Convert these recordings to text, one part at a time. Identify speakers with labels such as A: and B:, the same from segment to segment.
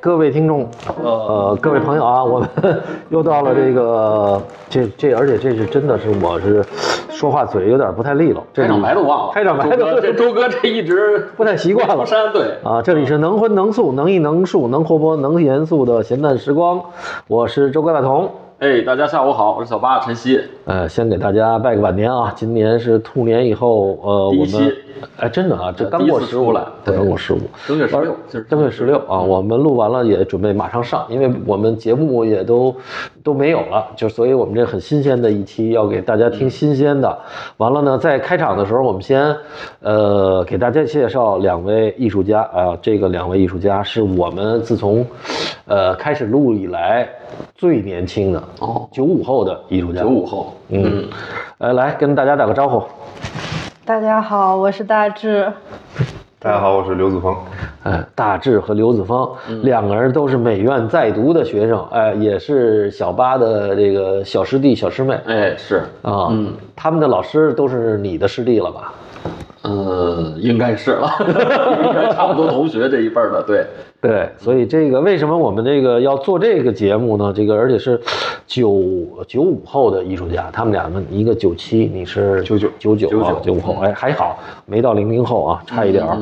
A: 各位听众，呃，各位朋友
B: 嗯
A: 啊，我们 又到了这个这这，而且这是真的是我是说话嘴有点不太利落，这
B: 开场白都忘了，
A: 开场白
B: 周
A: 都
B: 哥这周哥这 一直
A: 不太习惯了
B: 不删对，
A: 啊，这里是能荤能素能艺能术能活泼能严肃的闲淡时光，我是周哥大同。
B: 哎，大家下午好，我是小八晨曦，
A: 呃，先给大家拜个晚年啊！今年是兔年以后，呃，
B: 第
A: 我
B: 一期
A: 们哎，真的啊，这
B: 呃
A: 刚
B: 第一
A: 过
B: 次
A: 十五
B: 出来
A: 对，刚
B: 对
A: 过十五，
B: 正月十六，就是嗯
A: 正月十六啊，我们录完了也准备马上上，因为我们节目也都都没有了，就所以我们这很新鲜的一期要给大家听新鲜的。完了呢，在开场的时候，我们先呃给大家介绍两位艺术家啊、这个两位艺术家是我们自从呃开始录以来最年轻的
B: 哦
A: 九五后的艺术家
B: 九。五后，
A: 嗯，呃，来跟大家打个招呼。
C: 大家好，我是大志。
D: 大家好，我是刘子峰。
A: 哎，大志和刘子芳、两个人都是美院在读的学生，哎，也是小八的这个小师弟、小师妹
B: 哎是，
A: 啊。嗯，他们的老师都是你的师弟了吧？
B: 呃，应该是了， 应该差不多同学这一辈儿的，对，
A: 对，所以这个为什么我们这个要做这个节目呢？这个而且是九九五后的艺术家，他们俩呢，一个九七，你是
D: 99
A: 九九
B: 99
A: 九五后，哎，还好没到零零后啊，差一点儿。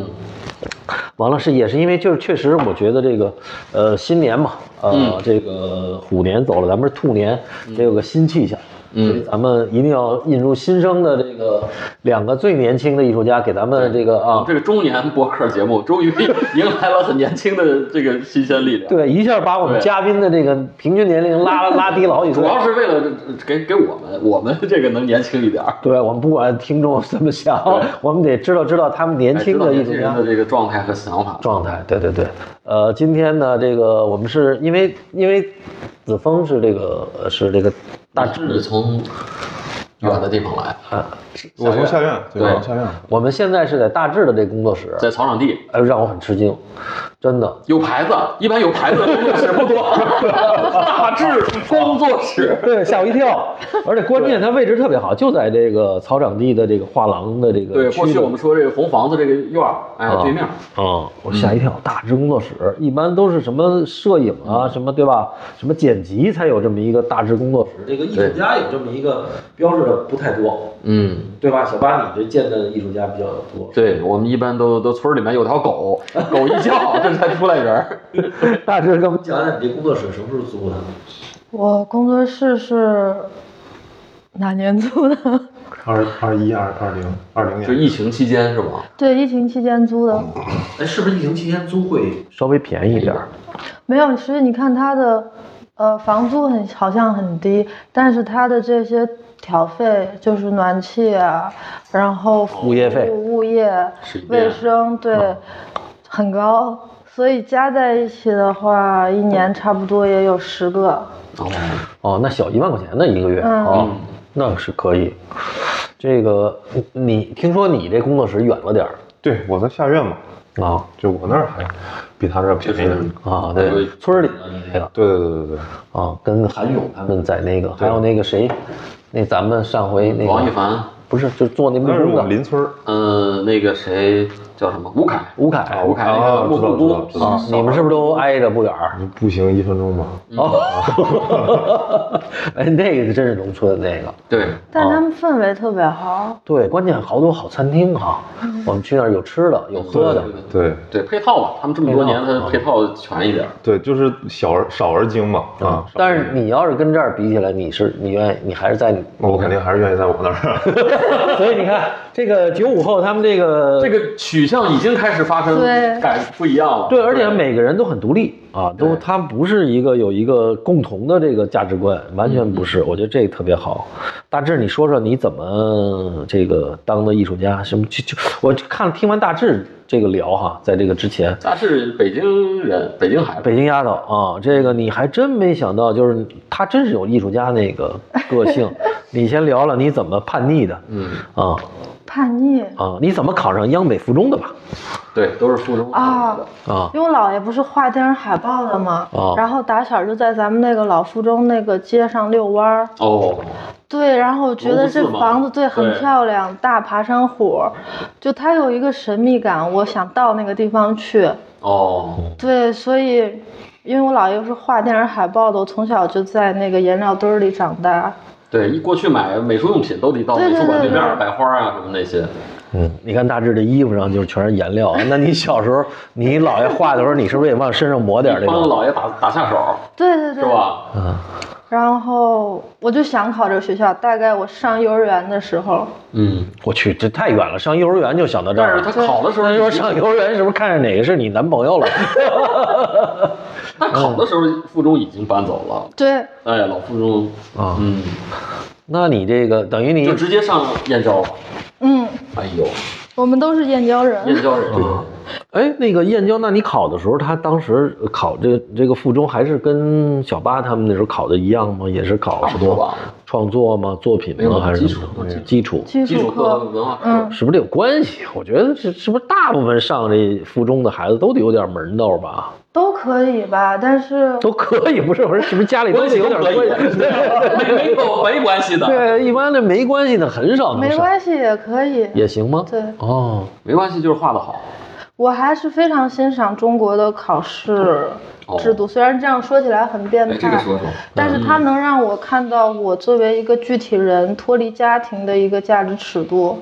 A: 完了是也是因为就是确实，我觉得这个，呃，新年嘛，呃，这个虎年走了，咱们是兔年，得有个新气象。
B: 嗯
A: 所以咱们一定要引入新生的这个两个最年轻的艺术家，给咱们这个啊，
B: 这个中年播客节目终于迎来了很年轻的这个新鲜力量，
A: 对，一下把我们
B: 对
A: 嘉宾的这个平均年龄拉拉低了好几岁
B: 主。要是为了这给给我们，我们这个能年轻一点儿。
A: 对我们不管听众怎么想
B: 对，
A: 我们得知道知道他们年
B: 哎
A: 轻
B: 知道
A: 的艺
B: 年
A: 术
B: 轻人
A: 家
B: 的这个状态和想法，
A: 状态。对对对，呃，今天呢，这个我们是因为因为子枫是这个呃是这个大嗯致，
B: 是从远的地方来，
D: 我从
B: 下
D: 下
B: 院
D: 院，
B: 对
D: 我从下院。
A: 我们现在是在大致的这工作室，
B: 在草场地
A: 哎，让我很吃惊，真的。
B: 有牌子，一般有牌子的工作室不多，大致工作室。
A: 对，吓我一跳！而且关键它位置特别好，就在这个草场地的这个画廊的这个
B: 对，
A: 区
B: 过去
A: 的
B: 我们说这个红房子这个院儿，哎，对面，
A: 啊，我吓一跳，大致工作室一般都是什么摄影啊，什么对吧？什么剪辑才有这么一个大致工作室，这个艺术家有这么一个标志的不太多，
B: 嗯，
A: 对吧？小八，你这见的艺术家比较多。
B: 对我们一般都都村儿里面有条狗，狗一叫这才出来人 儿。
A: 大致给我们讲讲你这工作室什么时候租的？
C: 我工作室是哪年租的？
D: 二二一二二零二零
B: 就
D: 年，
B: 疫情期间是吧？
C: 对，疫情期间租的。
A: 哎，是不是疫情期间租会稍微便宜一点儿？
C: 没有，其实你看它的，呃，房租很好像很低，但是它的这些调费，就是暖气啊，然后服务
A: 物业费嗯
C: 物业
B: 水、电
C: 卫生，对，很高。所以加在一起的话，一年差不多也有十个。
B: 哦，
A: 哦，那小一万块钱的一个月
C: 嗯
A: 哦，那是可以。这个你听说你这工作室远了点儿
D: 对我在下院嘛，
A: 啊
D: 就我那儿还比他这儿便宜
B: 就是
D: 呢。
A: 啊？对，村儿里的你这个。
D: 对对对对对，
A: 啊，跟韩勇他们在那个，还有那个谁，那咱们上回那个
B: 王一凡，
A: 不是就做那木
D: 那是
A: 工
D: 我们
A: 的
D: 邻村儿
B: 嗯，那个谁叫什么？吴凯，
A: 吴凯
B: 啊吴凯那
D: 啊
B: 个木
D: 知道
B: 木工
D: 知道知道
A: 啊，你们是不是都挨着不远 儿？
D: 步行一分钟嘛。
A: 哦，哎，那个真是农村那个，
B: 对，
C: 但
A: 哦
C: 是他们氛围特别好，
A: 对，关键好多好餐厅哈，我们去那儿有吃的有喝的，
D: 对
B: 对配套啊吧，他们这么多年他配套全一点儿。
D: 对，就是小而少而精嘛啊。少而
A: 但是你要是跟这儿比起来，你是你愿意，你还是在你，
D: 我肯定还是愿意在我那儿。
A: 所以你看这个九五后他们这个
B: 这个取向已经开始发生
C: 对
B: 改不一样了。
A: 对，而且每个人都很独立啊，都他们不是一个有一个共同的这个价值观，完全不是。我觉得这个特别好。大志，你说说你怎么这个当的艺术家？什么就就我看听完大志这个聊哈，在这个之前，
B: 他是北京人，北京孩子。
A: 北京丫头啊，这个你还真没想到，就是他真是有艺术家那个个性。你先聊聊你怎么叛逆的，嗯啊
C: 叛逆
A: 啊，你怎么考上央北附中的吧？
B: 对，都是附中
C: 啊。
A: 啊
C: 因为我姥爷不是画电视海报的嘛，
A: 哦
C: 然
B: 啊
C: 后打小就在咱们那个老附中那个街上遛弯儿，
B: 哦，
C: 对，然后我觉
B: 龙
C: 得
B: 福寺
C: 这
B: 嘛
C: 房子对很
B: 对
C: 漂亮，大爬山虎，就它有一个神秘感，我想到那个地方去，
B: 哦，
C: 对，所以因为我姥爷是画电影海报的，我从小就在那个颜料堆儿里长大。
B: 对，一过去买美术用品都得到
C: 对
B: 美
C: 对
B: 术馆
C: 对
B: 对面
C: 对
B: 儿摆花啊什么那些。
E: 嗯，你看大志的衣服上就是全是颜料 啊。那你小时候，你姥爷画的时候，你是不是也往身上抹点儿这
B: 帮
E: 个？
B: 老爷打打下手
C: 对对对，
B: 是吧？
E: 啊，
C: 然后我就想考这个学校，大概我上幼儿园的时候，
B: 嗯，
E: 我去，这太远了，上幼儿园就想到这
B: 但
E: 儿
B: 是他
E: 了。
B: 考的时候
E: 那时候哎上幼儿园是不是看上哪个是你男朋友了？嗯
B: 他考的时候附中已经搬走了。
C: 对，
B: 哎，老附中
E: 啊
B: 嗯，
E: 那你这个等于你
B: 就直接上燕郊了。
C: 嗯，
B: 哎呦，
C: 我们都是燕郊人
B: 燕，郊人，
E: 哎，那个燕郊，那你考的时候，他当时呃考这个这个附中还是跟小八他们那时候考的一样吗？也是考
B: 差
E: 什
B: 不多
E: 么
B: 吧
E: 创作吗？作品
B: 没有
E: 吗？还是
B: 基
E: 什
B: 础
E: 么
B: 基础
E: 基
C: 基
E: 础？
B: 基础
C: 础
B: 课
C: 课，
B: 文化课。
C: 嗯，
E: 是不是得有关系？我觉得这是不是大部分上这附中的孩子都得有点门道吧？
C: 都可以吧，但是
E: 都可以，不是不是，是不是家里都得有点
B: 关系都可以啊
E: 对
B: 没没有没关系的，
E: 对，一般的没关系的很少能
C: 没
E: 上，
C: 关系也可以。
E: 也行吗？
C: 对，
E: 哦，
B: 没关系就是画的好。
C: 我还是非常欣赏中国的考试
B: 哦
C: 制度，虽然这样说起来很变
B: 哎，这个
C: 态，
B: 说说，
C: 但
E: 嗯
C: 是它能让我看到我作为一个具体人脱离家庭的一个价值尺
E: 哦
C: 度。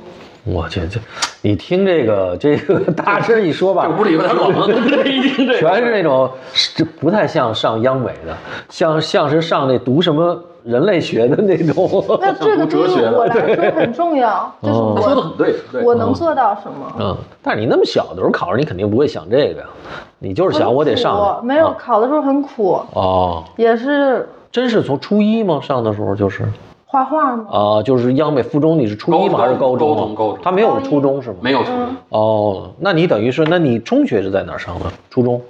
E: 我去，这你听这个这个大师一说吧，
B: 这屋里有点冷，这一听这
E: 全是那种这不太像上央美的，像像是上那读什么人类学的那种。
C: 那这个对于我来 说很重要，就是
E: 哦
B: 他说的
C: 我
B: 很对，对
C: 我能做到什么。
E: 嗯，但是你那么小的时候考试，你肯定不会想这个呀，你就是想我得上
C: 很
E: 来。
C: 苦没有
E: 啊
C: 考的时候很苦，
E: 哦，
C: 也是
E: 真是从初一吗？上的时候就是
C: 画画嘛。
E: 啊，就是央美附中，你是初一吗？
B: 高中
E: 还是高中啊？
B: 高中高中
E: 他没有初中是吗？
B: 没有什
C: 嗯
B: 么，
E: 哦，那你等于是，那你中学是在哪儿上的？初中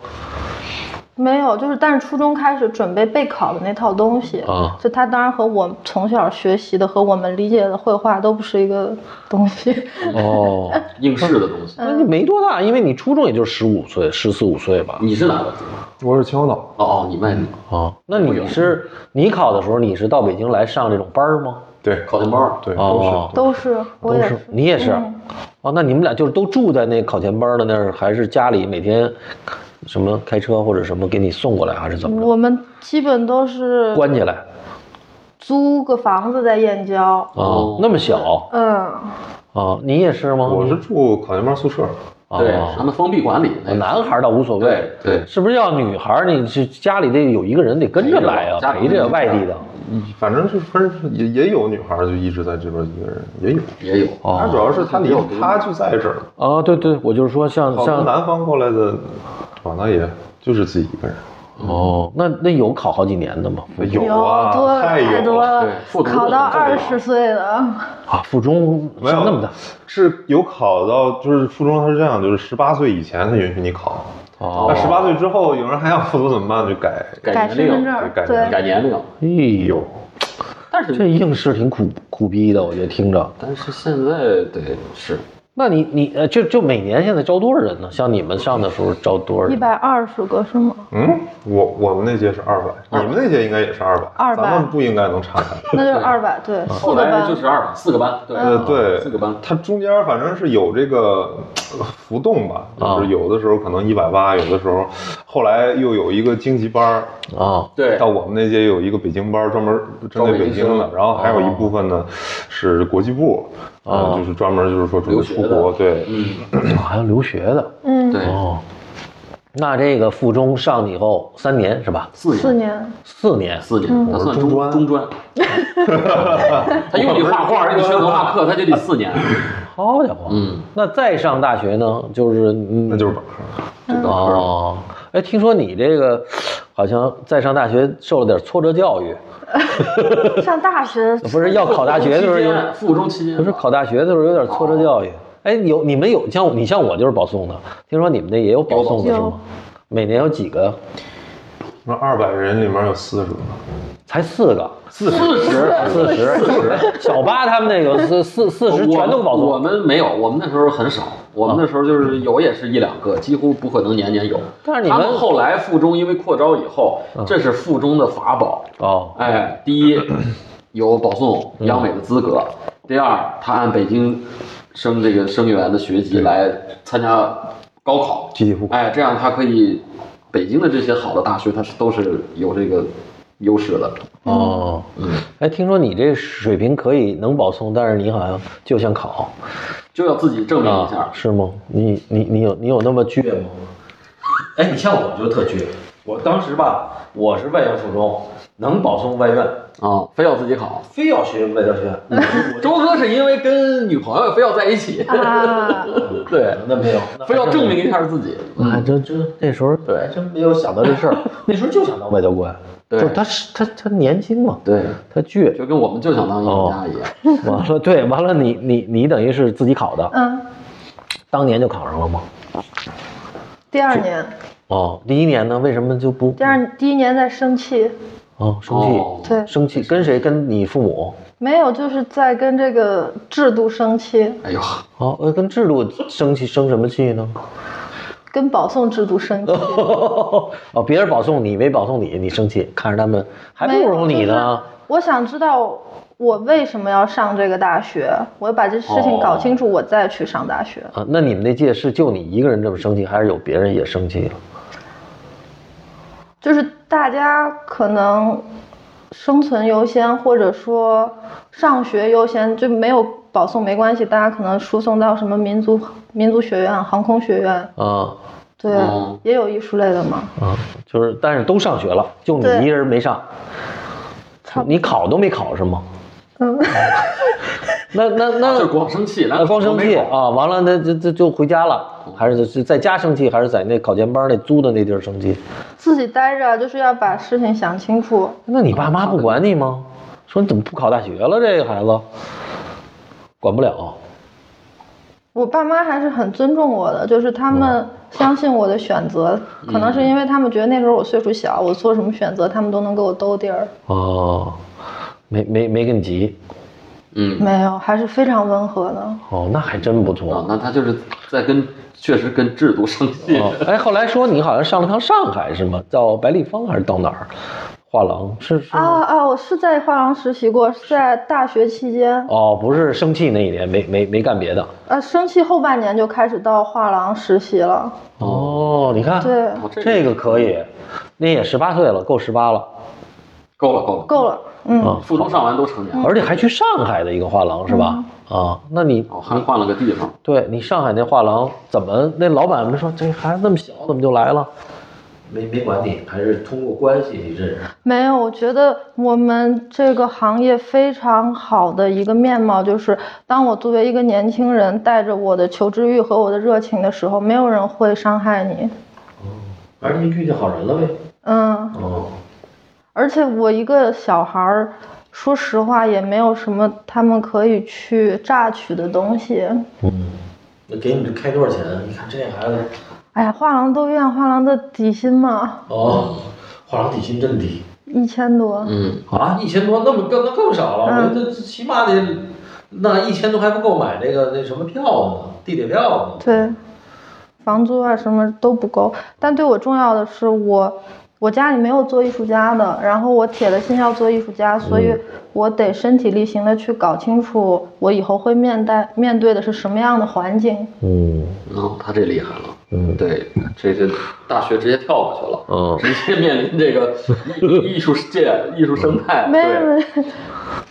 C: 没有，就是但是初中开始准备备考的那套东西
E: 啊
C: 就它当然和我从小学习的和我们理解的绘画都不是一个东西。
E: 哦，
B: 应试的东西。
E: 那你没多大，因为你初中也就十五岁，十四五岁吧。
B: 你是哪个？ 啊
D: 我是秦皇岛，
B: 哦哦，你卖
E: 哦，那你是你考的时候，你是到北京来上这种班儿吗？
D: 对
B: 烤钱包，
D: 对，
E: 哦
D: 都
C: 都是，我
E: 都
C: 也
E: 是，你也是
C: 嗯。
E: 哦，那你们俩就是都住在那考前班儿的那儿，还是家里每天什么开车或者什么给你送过来，还是怎么着？
C: 我们基本都是
E: 关起来
C: 租个房子在燕郊，
E: 哦
B: 哦，
E: 那么小
C: 嗯，
E: 哦，你也是吗？
D: 是，我是住考研班宿舍，
E: 哦
B: 对，他们封闭管理那个。
E: 男孩儿倒无所谓，
B: 对对
E: 是不是要女孩儿？你是家里得有一个人得跟着来啊，陪
B: 陪着
E: 着外地的。
D: 反正是分也也有女孩儿就一直在这边一个人，也有。
B: 也有，
E: 哦
D: 她主要是她离
B: 也有独立
D: 她就在这儿，
E: 啊，对对，我就是说像
D: 好多
E: 像
D: 南方过来的，啊，那也就是自己一个人。
E: 哦，那那有考好几年的吗？
D: 啊，
C: 多了
D: 太
C: 太
D: 有
C: 多
D: 了。
C: 了
B: 对复读，
C: 考到
B: 我们这
C: 二
B: 边
C: 十岁的，
E: 啊，附中
D: 没有
E: 上那么大，
D: 是有考到，就是附中，它是这样，就是十八岁以前它允许你考，
E: 哦
D: 那十八岁之后有人还想复读怎么办？就改。
C: 改嗯
B: 改
C: 身份
B: 年
C: 证
B: 龄，
C: 儿，
D: 改
C: 对
D: 年
B: 改年龄。
E: 哎呦，
B: 但是
E: 这应试挺苦苦逼的，我觉得听着。
B: 但是现在对是
E: 那你你呃，就就每年现在招多少人呢？像你们上的时候招多少
C: 一
E: 人？
C: 百二十个是吗？
D: 嗯，我我们那届是二百，你们那届应该也是二百，
C: 200
D: 咱们不应该能差太多。
C: 那就是二百，对，四
B: 后
C: 个
B: 来
C: 班嗯
B: 就。是二四个班，对
D: 呃，对，
B: 哦四个班。
D: 它中间反正是有这个呃浮动吧，
E: 啊
D: 就是有的时候可能一百八，有的时候后来又有一个京级班儿，
E: 啊，
B: 对
D: 到，我们那届有一个北京班儿专门针对北京
B: 招北京
D: 的，哦
B: 生
D: 然后还有一部分呢是国际部，
E: 哦
D: 呃，就是专门就是说准备出国，对，
B: 嗯，
E: 还有留学的
C: 嗯，
B: 对，
E: 哦。那这个附中上以后三年是吧？
B: 四
C: 四
B: 年，
C: 年，嗯
E: 四年
B: 四年，他算
D: 我是中
B: 中
D: 专
B: 中 专。他又得画画，又学文化课，他就得四年。
E: 好家伙，
B: 嗯，
E: 那再上大学呢，就是嗯
D: 那就是本科。
E: 哦，哎，听说你这个好像在上大学受了点挫折教育，
C: 上大 学
E: 不是要考大学的时 候有点，
B: 附中期间，
E: 不是考大学的时候有点挫折教育。哎，有你们有像你像我就是保送的，听说你们那也有保送的是
C: 有
E: 吗？每年有几个？
D: 那二百人里面有四十个，
E: 才四个，
B: 四十。
E: 四十，小八他们那有四四四十全都保
B: 我
E: 送。
B: 们没有，我们那时候很少，我们那时候就是有也是一两个，几乎不可能年年有。
E: 但是你
B: 他
E: 们嗯
B: 们后来附中因为扩招以后，这是附中的法宝。
E: 哦，
B: 哎，第 一有保送
E: 嗯
B: 央美的资格，第二他按北京生这个生源的学籍来参加高考，
D: 集体复考
B: 哎，这样他可以北京的这些好的大学，它是都是有这个优势的。
E: 哦，
B: 嗯
E: 哎，听说你这水平可以能保送，但是你好像就想考
B: 就要自己证明一下，
E: 是吗？你你你有你有那么倔吗？哎，你像我就特倔，我当时吧，我是外院附中，能保送外院，
B: 啊，非要自己考。
E: 非要学外交学院，我
B: 周哥是因为跟女朋友非要在一 起，
C: 啊，
B: 对，
E: 那没有，
B: 非要证明一下自己。
E: 那还真真那时候
B: 嗯对
E: 还真没有想到这事儿，那时候就想当外交官，
B: 对
E: 就他是他他年轻嘛，
B: 对，
E: 他倔，
B: 就跟我们就想当艺术家一样。
E: 完了对，完了你你你等于是自己考的，
C: 嗯，
E: 当年就考上了吗？
C: 第二年，
E: 哦，第一年呢，为什么就不？
C: 第二第一年在生气，
E: 哦，生气，
B: 哦
C: 对，
E: 生气跟谁？跟你父母？
C: 没有就是在跟这个制度生气，
B: 哎呦，
E: 哦，呃，跟制度生气，生什么气呢？
C: 跟保送制度生气，
E: 哦，别人保送你，没保送你，你生气，看着他们还
C: 没
E: 不
C: 有
E: 如你呢。。
C: 就是我想知道我为什么要上这个大学，我要把这事情搞清
E: 哦
C: 楚，我再去上大学。
E: 啊，那你们那届是就你一个人这么生气，还是有别人也生气了？
C: 就是大家可能生存优先，或者说上学优先，就没有保送没关系，大家可能输送到什么民族民族学院、航空学院，
E: 啊
C: 对，
B: 哦
C: 也有艺术类的嘛。
E: 啊，就是，但是都上学了，就你
C: 对
E: 一人没上，你考都没考是吗？
C: 嗯，
E: 那那那
B: 就光生气，
E: 那
B: 那
E: 光生气啊，完了那这这就回家了，还是是在家生气，还是在那考前班那租的那地儿生气？
C: 自己待着啊就是要把事情想清楚。
E: 那你爸妈不管你吗？说你怎么不考大学了？这个孩子管不了。
C: 我爸妈还是很尊重我的，就是他
E: 嗯
C: 们相信我的选择，可能是因为他们觉得那时候我岁数小，我做什么选择他们都能给我兜底儿。
E: 哦，没没没跟你急。
B: 嗯，
C: 没有，还是非常温和的。
E: 哦，那还真不
B: 啊
E: 错。，
B: 那他就是在跟，确实跟制度生气。
E: 哦，哎，后来说你好像上了趟上海是吗？到白立方还是到哪儿？画廊是是吗
C: 啊啊！我是在画廊实习过，是在大学期间，
E: 哦，不是生气那一年，没没没干别的。
C: 呃，生气后半年就开始到画廊实习了。
E: 哦，你看，
C: 对，
B: 哦
E: 这个可以，那也十八岁了，够十八了
B: 够了，够了，
C: 够。了，嗯，
E: 啊，
B: 附中上完都成年了，
E: 而且还去上海的一个画廊是吧？啊，那你
B: 哦，还换了个地方。
E: 对你上海那画廊怎么？那老板们说这孩子那么小，怎么就来了？没没管你，还是通过关系认识。
C: 没有，我觉得我们这个行业非常好的一个面貌，就是当我作为一个年轻人，带着我的求知欲和我的热情的时候，没有人会伤害你。
E: 反正就遇见好人了呗。
C: 嗯，
E: 哦，
C: 而且我一个小孩儿，说实话也没有什么他们可以去榨取的东西。
E: 嗯，那给你开多少钱？你看这孩子，
C: 哎呀，画廊都院画廊的底薪嘛，
E: 哦，画廊底薪真低
C: 一千多。
B: 嗯，
E: 啊，一千多，那么更那更少了。我觉得起码得那一千多还不够买那个那什么票呢，地铁票呢。
C: 对，房租啊什么都不够。但对我重要的是我，我家里没有做艺术家的，然后我铁了心要做艺术家，所
B: 嗯
C: 以我得身体力行的去搞清楚我以后会面带面对的是什么样的环境。
E: 嗯
B: 然后哦他这厉害了。
E: 嗯
B: 对，这这大学直接跳过去了，
E: 嗯
B: 直接面临这个艺艺术界、艺术生态。
C: 没有
B: 对，
C: 没有，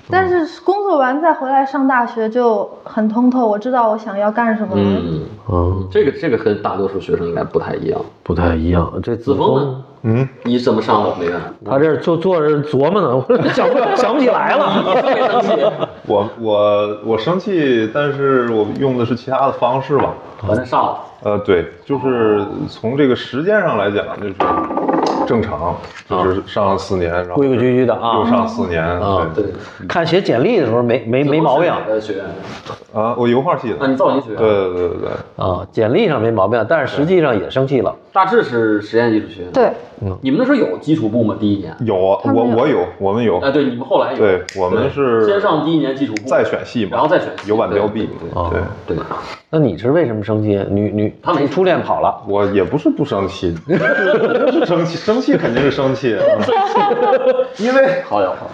C: 但是工作完再回来上大学就很通透，我知道我想要干什么了。
B: 嗯，
E: 嗯，
B: 这个这个和大多数学生应该不太一样。
E: 不太一样。这
B: 子
E: 子
B: 枫
E: 枫
B: 呢？
D: 嗯，
B: 你怎么上我们院？
D: 哦
E: 他这坐坐着琢磨呢，我 想不想不起来了。
B: 没生气，
D: 我我我生气，但是我用的是其他的方式吧。
B: 我那上了。
D: 呃，对，就是从这个时间上来讲，就是正常，就是上四年，然后
E: 规规矩矩的啊
D: 又上四年，
E: 啊
D: 哦对
E: 看写简历的时候没没没毛病
B: 的学院，
D: 啊，我油画系
B: 啊，
D: 的，
B: 你造型学
D: 对
B: 院，
D: 对对对对，
E: 啊，简历上没毛病，但是实际上也生气了。
B: 大致是实验艺术学院。，
C: 对，
B: 你们那时候有基础部吗？第一年？
D: 有啊，
C: 他们
D: 我
C: 有
D: 我有，我们有，
B: 哎，对，你们后来有。
D: 对我们
B: 对
D: 是
B: 先上第一一年基础部，
D: 再选系嘛，
B: 然后再选系
D: 有版标 B，
B: 对
D: 对，
B: 对，
E: 那你是为什么生气？女女
B: 他没
E: 初恋跑了，
D: 我也不是不生气， 是生气，生气肯定是生气，
B: 嗯
D: 因为
B: 好友，好友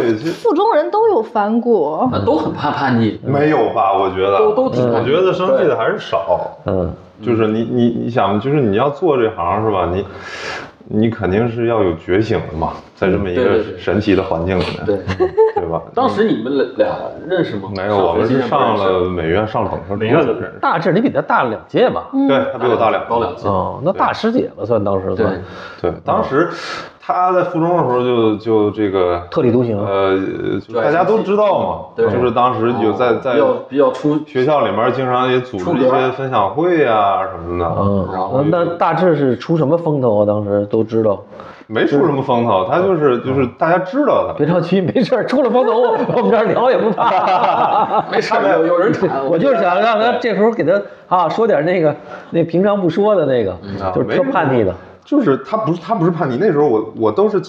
D: 对，就
C: 腹中人都有反骨，
B: 那都很怕叛逆，
D: 没有吧？我觉得
B: 都都挺
D: 嗯我
B: 叛逆。
D: 觉得生气的还是少，
E: 嗯，
D: 就是你你你想，就是你要做这行是吧？你你肯定是要有觉醒的嘛，在这么一
B: 嗯对
D: 个
B: 对对
D: 神奇的环境里面，
B: 对，对
D: 对吧？
B: 当时你们俩认识吗？
D: 没有，我们
B: 学期间
D: 是
B: 不认
D: 上
B: 识
D: 了美院上了本科之后
E: 你
D: 才认识，
E: 看大这你比他大两届吧？
D: 对他比我大两
B: 嗯高两届，
E: 哦，那大师姐了算当时
B: 对
E: 算，
D: 对，当时他在附中的时候就就这个
E: 特立独行。
D: 呃，就
B: 对
D: 大家都知道嘛，
B: 对
D: 就是当时有在
B: 哦
D: 在
B: 比较比较出
D: 学校里面经常也组织一
B: 出格
D: 些分享会啊什么的，
E: 嗯，
B: 然后
E: 那那大致是出什么风头啊？当时都知道，
D: 没出什么风头，他
E: 嗯
D: 就是就是大家知道他，
E: 别着急，没事儿，出了风 头，我我们这儿聊也不怕。
B: 没事，有有人谈，
E: 我就是想让他这时候给他啊说点那个那平常不说的那个，
D: 啊
E: 就是
D: 没
E: 特
D: 什么
E: 叛逆的。
D: 就是他不是他不是叛逆，那时候我我都是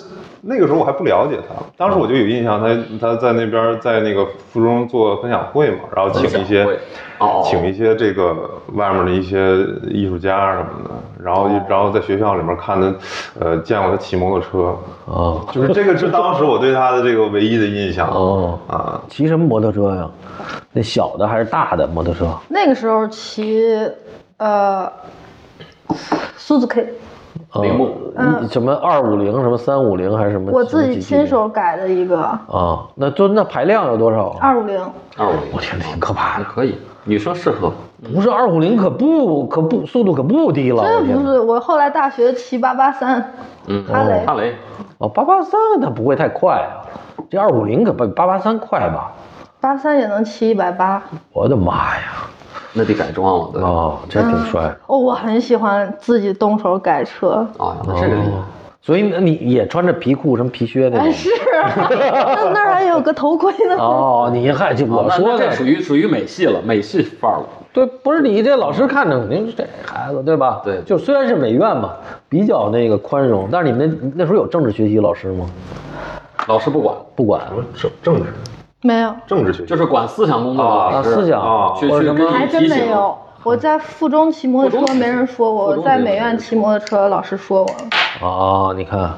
D: 那个时候我还不了解他，当时我就有印象，他他在那边在那个附中做分享会嘛，然后请一些
B: 分享会哦
D: 请一些这个外面的一些艺术家啊什么的，然
B: 哦
D: 后然后在学校里面看他，呃，见过他骑摩托车，
E: 啊
D: 就是这个是当时我对他的这个唯一的印象
E: 哦，
D: 啊，
E: 骑什么摩托车呀？那小的还是大的摩托车？
C: 那个时候骑，呃，苏 z K，
E: 呃
B: 铃木
E: 一什么二五零，什么三五零，还是什么？
C: 嗯我自
E: 什么
C: 己
E: 几几
C: 亲
E: 零
C: 手改的一个
E: 啊，那就那排量有多少啊？
C: 二五零，
B: 二五零，
E: 我天，那挺可怕
B: 还
E: 的。
B: 可以，女生适合，
E: 不是二五零可不可不速度可不低了，我
C: 真
E: 天
C: 不
E: 哪！
C: 是我后来大学骑八八三，
B: 嗯，
C: 哈雷
B: 哈雷，
E: 哦，八八三它不会太快啊，这二五零可比八八三快吧？
C: 八三也能骑一百八。
E: 我的妈呀！
B: 那得改装了，对，啊，
E: 哦，这挺帅的。
C: 哦，我很喜欢自己动手改车。
E: 哦
B: 那这个厉害，
E: 所以呢，你也穿着皮裤、什么皮靴那
C: 哎，
E: 种？
C: 是啊，那那儿还有个头盔呢。
E: 哦，你还就
B: 哦
E: 我
B: 那
E: 说
B: 那
E: 的
B: 这，属于属于美系了，美系范儿了，
E: 对，不是你这老师看着肯定是这孩子，对吧？
B: 对
E: 就虽然是美院嘛，比较那个宽容，但是你们那那时候有政治学习老师吗？
B: 老师不管，
E: 不管
D: 什么政政治
C: 没有，
D: 政治学
B: 就
D: 习
B: 是管思想工作的
E: 啊，
B: 老师，哦
E: 思想
D: 啊
B: 去
E: 或者
B: 去
E: 什
B: 跟
E: 么
C: 还
B: 你
C: 真
B: 提
C: 没
B: 醒，
C: 有。我在附中骑摩托
B: 附
C: 车，
B: 中
C: 没人说我；
B: 附
C: 我
B: 中
C: 在
B: 没
C: 美
B: 人
C: 院骑摩托车，老师说我。
E: 啊，你看。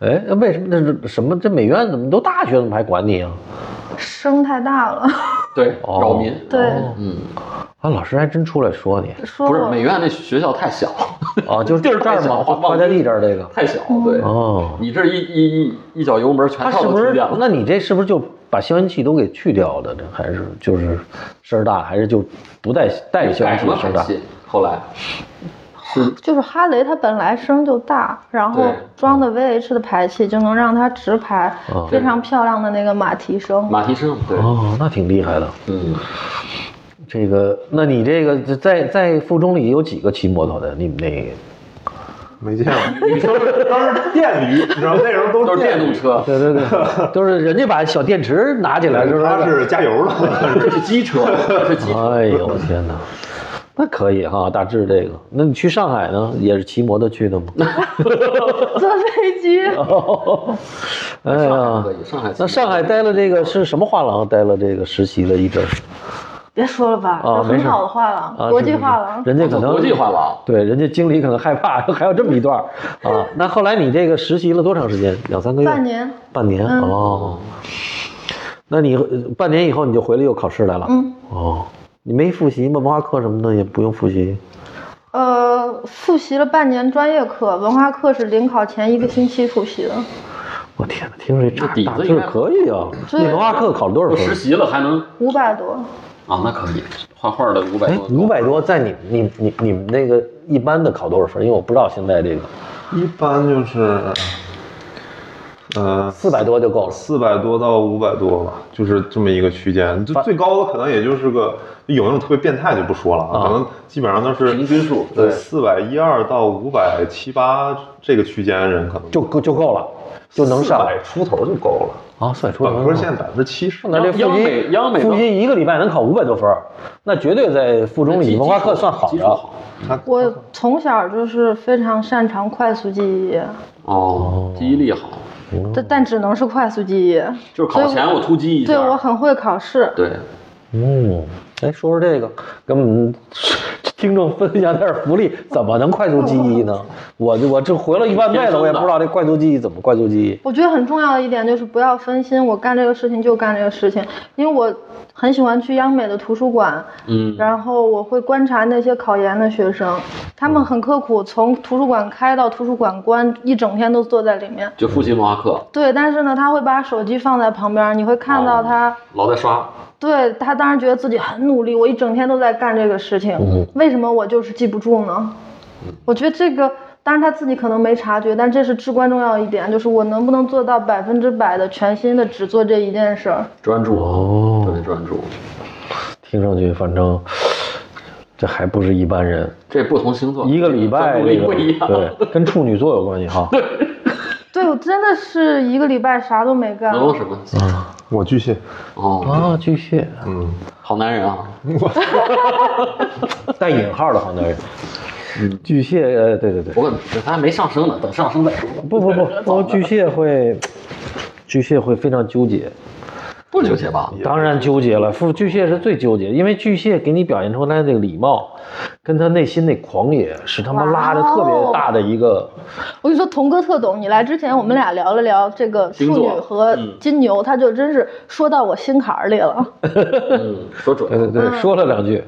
E: 哎，那为什么那是什么？这美院怎么都大学怎么还管你啊？
C: 声太大了，
B: 对，
E: 哦
B: 扰民，
C: 对，
B: 嗯，
E: 啊，老师还真出来说你
C: 说
B: 不是
C: 我
B: 美院那学校太小，
E: 啊， 就是这
B: 太
E: 儿
B: 小
E: 嘛，
B: 了
E: 花
B: 忘
E: 花
B: 了
E: 家地这儿这个
B: 太小，对，
E: 哦，
B: 你这一一一一脚油门
E: 他
B: 全
E: 是
B: 套
E: 不
B: 都
E: 是
B: 踢掉？了，
E: 那你这是不是就把消音器都给去掉了？这还是就是声儿大，还是就不带带消音
B: 改什
E: 器
B: 么
E: 声儿
B: 排
E: 大？
B: 气？后来是
C: 就是哈雷，它本来声就大，然后
B: 对
E: 嗯
C: 装的 VH 的排气就能让它直排
E: 哦，
C: 非常漂亮的那个马蹄声。
B: 马蹄声，对，
E: 哦，那挺厉害的。
B: 嗯，
E: 这个，那你这个在在附中里有几个骑摩托的？你们 那个？
D: 没见过，当时电驴，你知道吗那时候都
B: 都是电
D: 驴
B: 动车，
E: 对对对，都是人家把小电池拿起来，就是
D: 他是加油的，
B: 这是机车，这是机车。
E: 哎呦我天哪，那可以哈，大致这个。那你去上海呢，也是骑摩托去 的吗？嗯
C: 坐飞机，
E: 哎
B: 上海
E: 呀
B: 可，以，上海
E: 那上海待了这个是什么画廊？待了这个实习了一阵儿
C: 别说了吧，
E: 哦
C: 这
E: 没
C: 很
E: 事
C: 好的画廊，
E: 啊，
C: 国
E: 是
C: 际
E: 不是
C: 画廊。
E: 人家可能
B: 国际画廊，
E: 对，人家经理可能害怕， 还有这么一段儿啊。那后来你这个实习了多长时间？两三个月？
C: 半年，
E: 半年、
C: 嗯
E: 哦。那你呃半年以后你就回来又考试来了？
C: 嗯，
E: 哦，你没复习吗？文化课什么的也不用复习。
C: 呃，复习了半年专业课，文化课是临考前一个星期复习的。
E: 我天哪，听着这
B: 那
E: 大
B: 底子
E: 大致
B: 应该
E: 可以啊！
C: 对
E: 你文化课考了多少
B: 都
E: 分？
B: 实习了还能
C: 五百多，
B: 啊，那可以，画画的五百
E: 哎
B: 多，，
E: 五百多，在你你你你们那个一般的考多少分？因为我不知道现在这个
D: 一般就是，呃，
E: 四百多就够了。
D: 四百多到五百多吧，就是这么一个区间。就最高的可能也就是个，有那种特别变态就不说了啊，可能基本上都是
B: 平均数对
D: 对，四百一二到五百七八这个区间人可能
E: 就够就够了，就能上
D: 400出头就够了。
E: 啊！算出来
D: 本科现在百分之七十，
E: 那这
B: 央
E: 复习
B: 美央美
E: 复
B: 都
E: 习一个礼拜能考五百多分儿，那绝对在附中里文化课算好
B: 基础
E: 的。
B: 好
D: 他
C: 我从小就是非常擅长快速记忆，
B: 哦，记忆力好，
C: 但但只能是快速记忆。
B: 就是考前我突击一下，
C: 对我很会考试，
B: 对
E: 嗯，哎，说说这个，跟我们听众分享点福利，怎么能快速记忆呢？我就我这回了一半辈子，我也不知道这快速记忆怎么快速记忆。
C: 我觉得很重要的一点就是不要分心，我干这个事情就干这个事情，因为我很喜欢去央美的图书馆，
B: 嗯，
C: 然后我会观察那些考研的学生，他们很刻苦，从图书馆开到图书馆关，一整天都坐在里面。
B: 就复习文化课，
C: 对，但是呢，他会把手机放在旁边，你会看到他，
B: 老在刷，
C: 对他当然觉得自己很努力，我一整天都在干这个事情，
E: 嗯
C: 为什么我就是记不住呢？我觉得这个，当然他自己可能没察觉，但这是至关重要一点，就是我能不能做到百分之百的全心的只做这一件事儿。
B: 专注，
E: 哦
B: 特别专注。
E: 听上去反正这还不是一般人，
B: 这不同星座
E: 一个礼拜
B: 专注
E: 这
B: 力
E: 个
B: 不一样，
E: 对，跟处女座有关系哈。
C: 对我真的是一个礼拜啥都没干，
B: 能有什么？
E: 嗯
D: 我巨蟹，
B: 哦，
E: 啊，巨蟹
D: 嗯，
B: 好男人啊，
E: 带引号的好男人，巨蟹呃，对对对，
B: 我感他还没上升呢，等上升再说。
E: 不不不，哦，巨蟹会，巨蟹会非常纠结，
B: 不纠结吧？
E: 当然纠结了。富巨蟹是最纠结，因为巨蟹给你表现出来那个礼貌，跟他内心那狂野是他妈拉着特别大的一个。
C: 我跟你说，童哥特懂。你来之前，我们俩聊了聊这个
B: 星
C: 处
B: 座
C: 女和金牛，他就真是说到我心坎儿里了。
B: 嗯，说准
E: 对对
B: 了。
E: 对，说了 两句。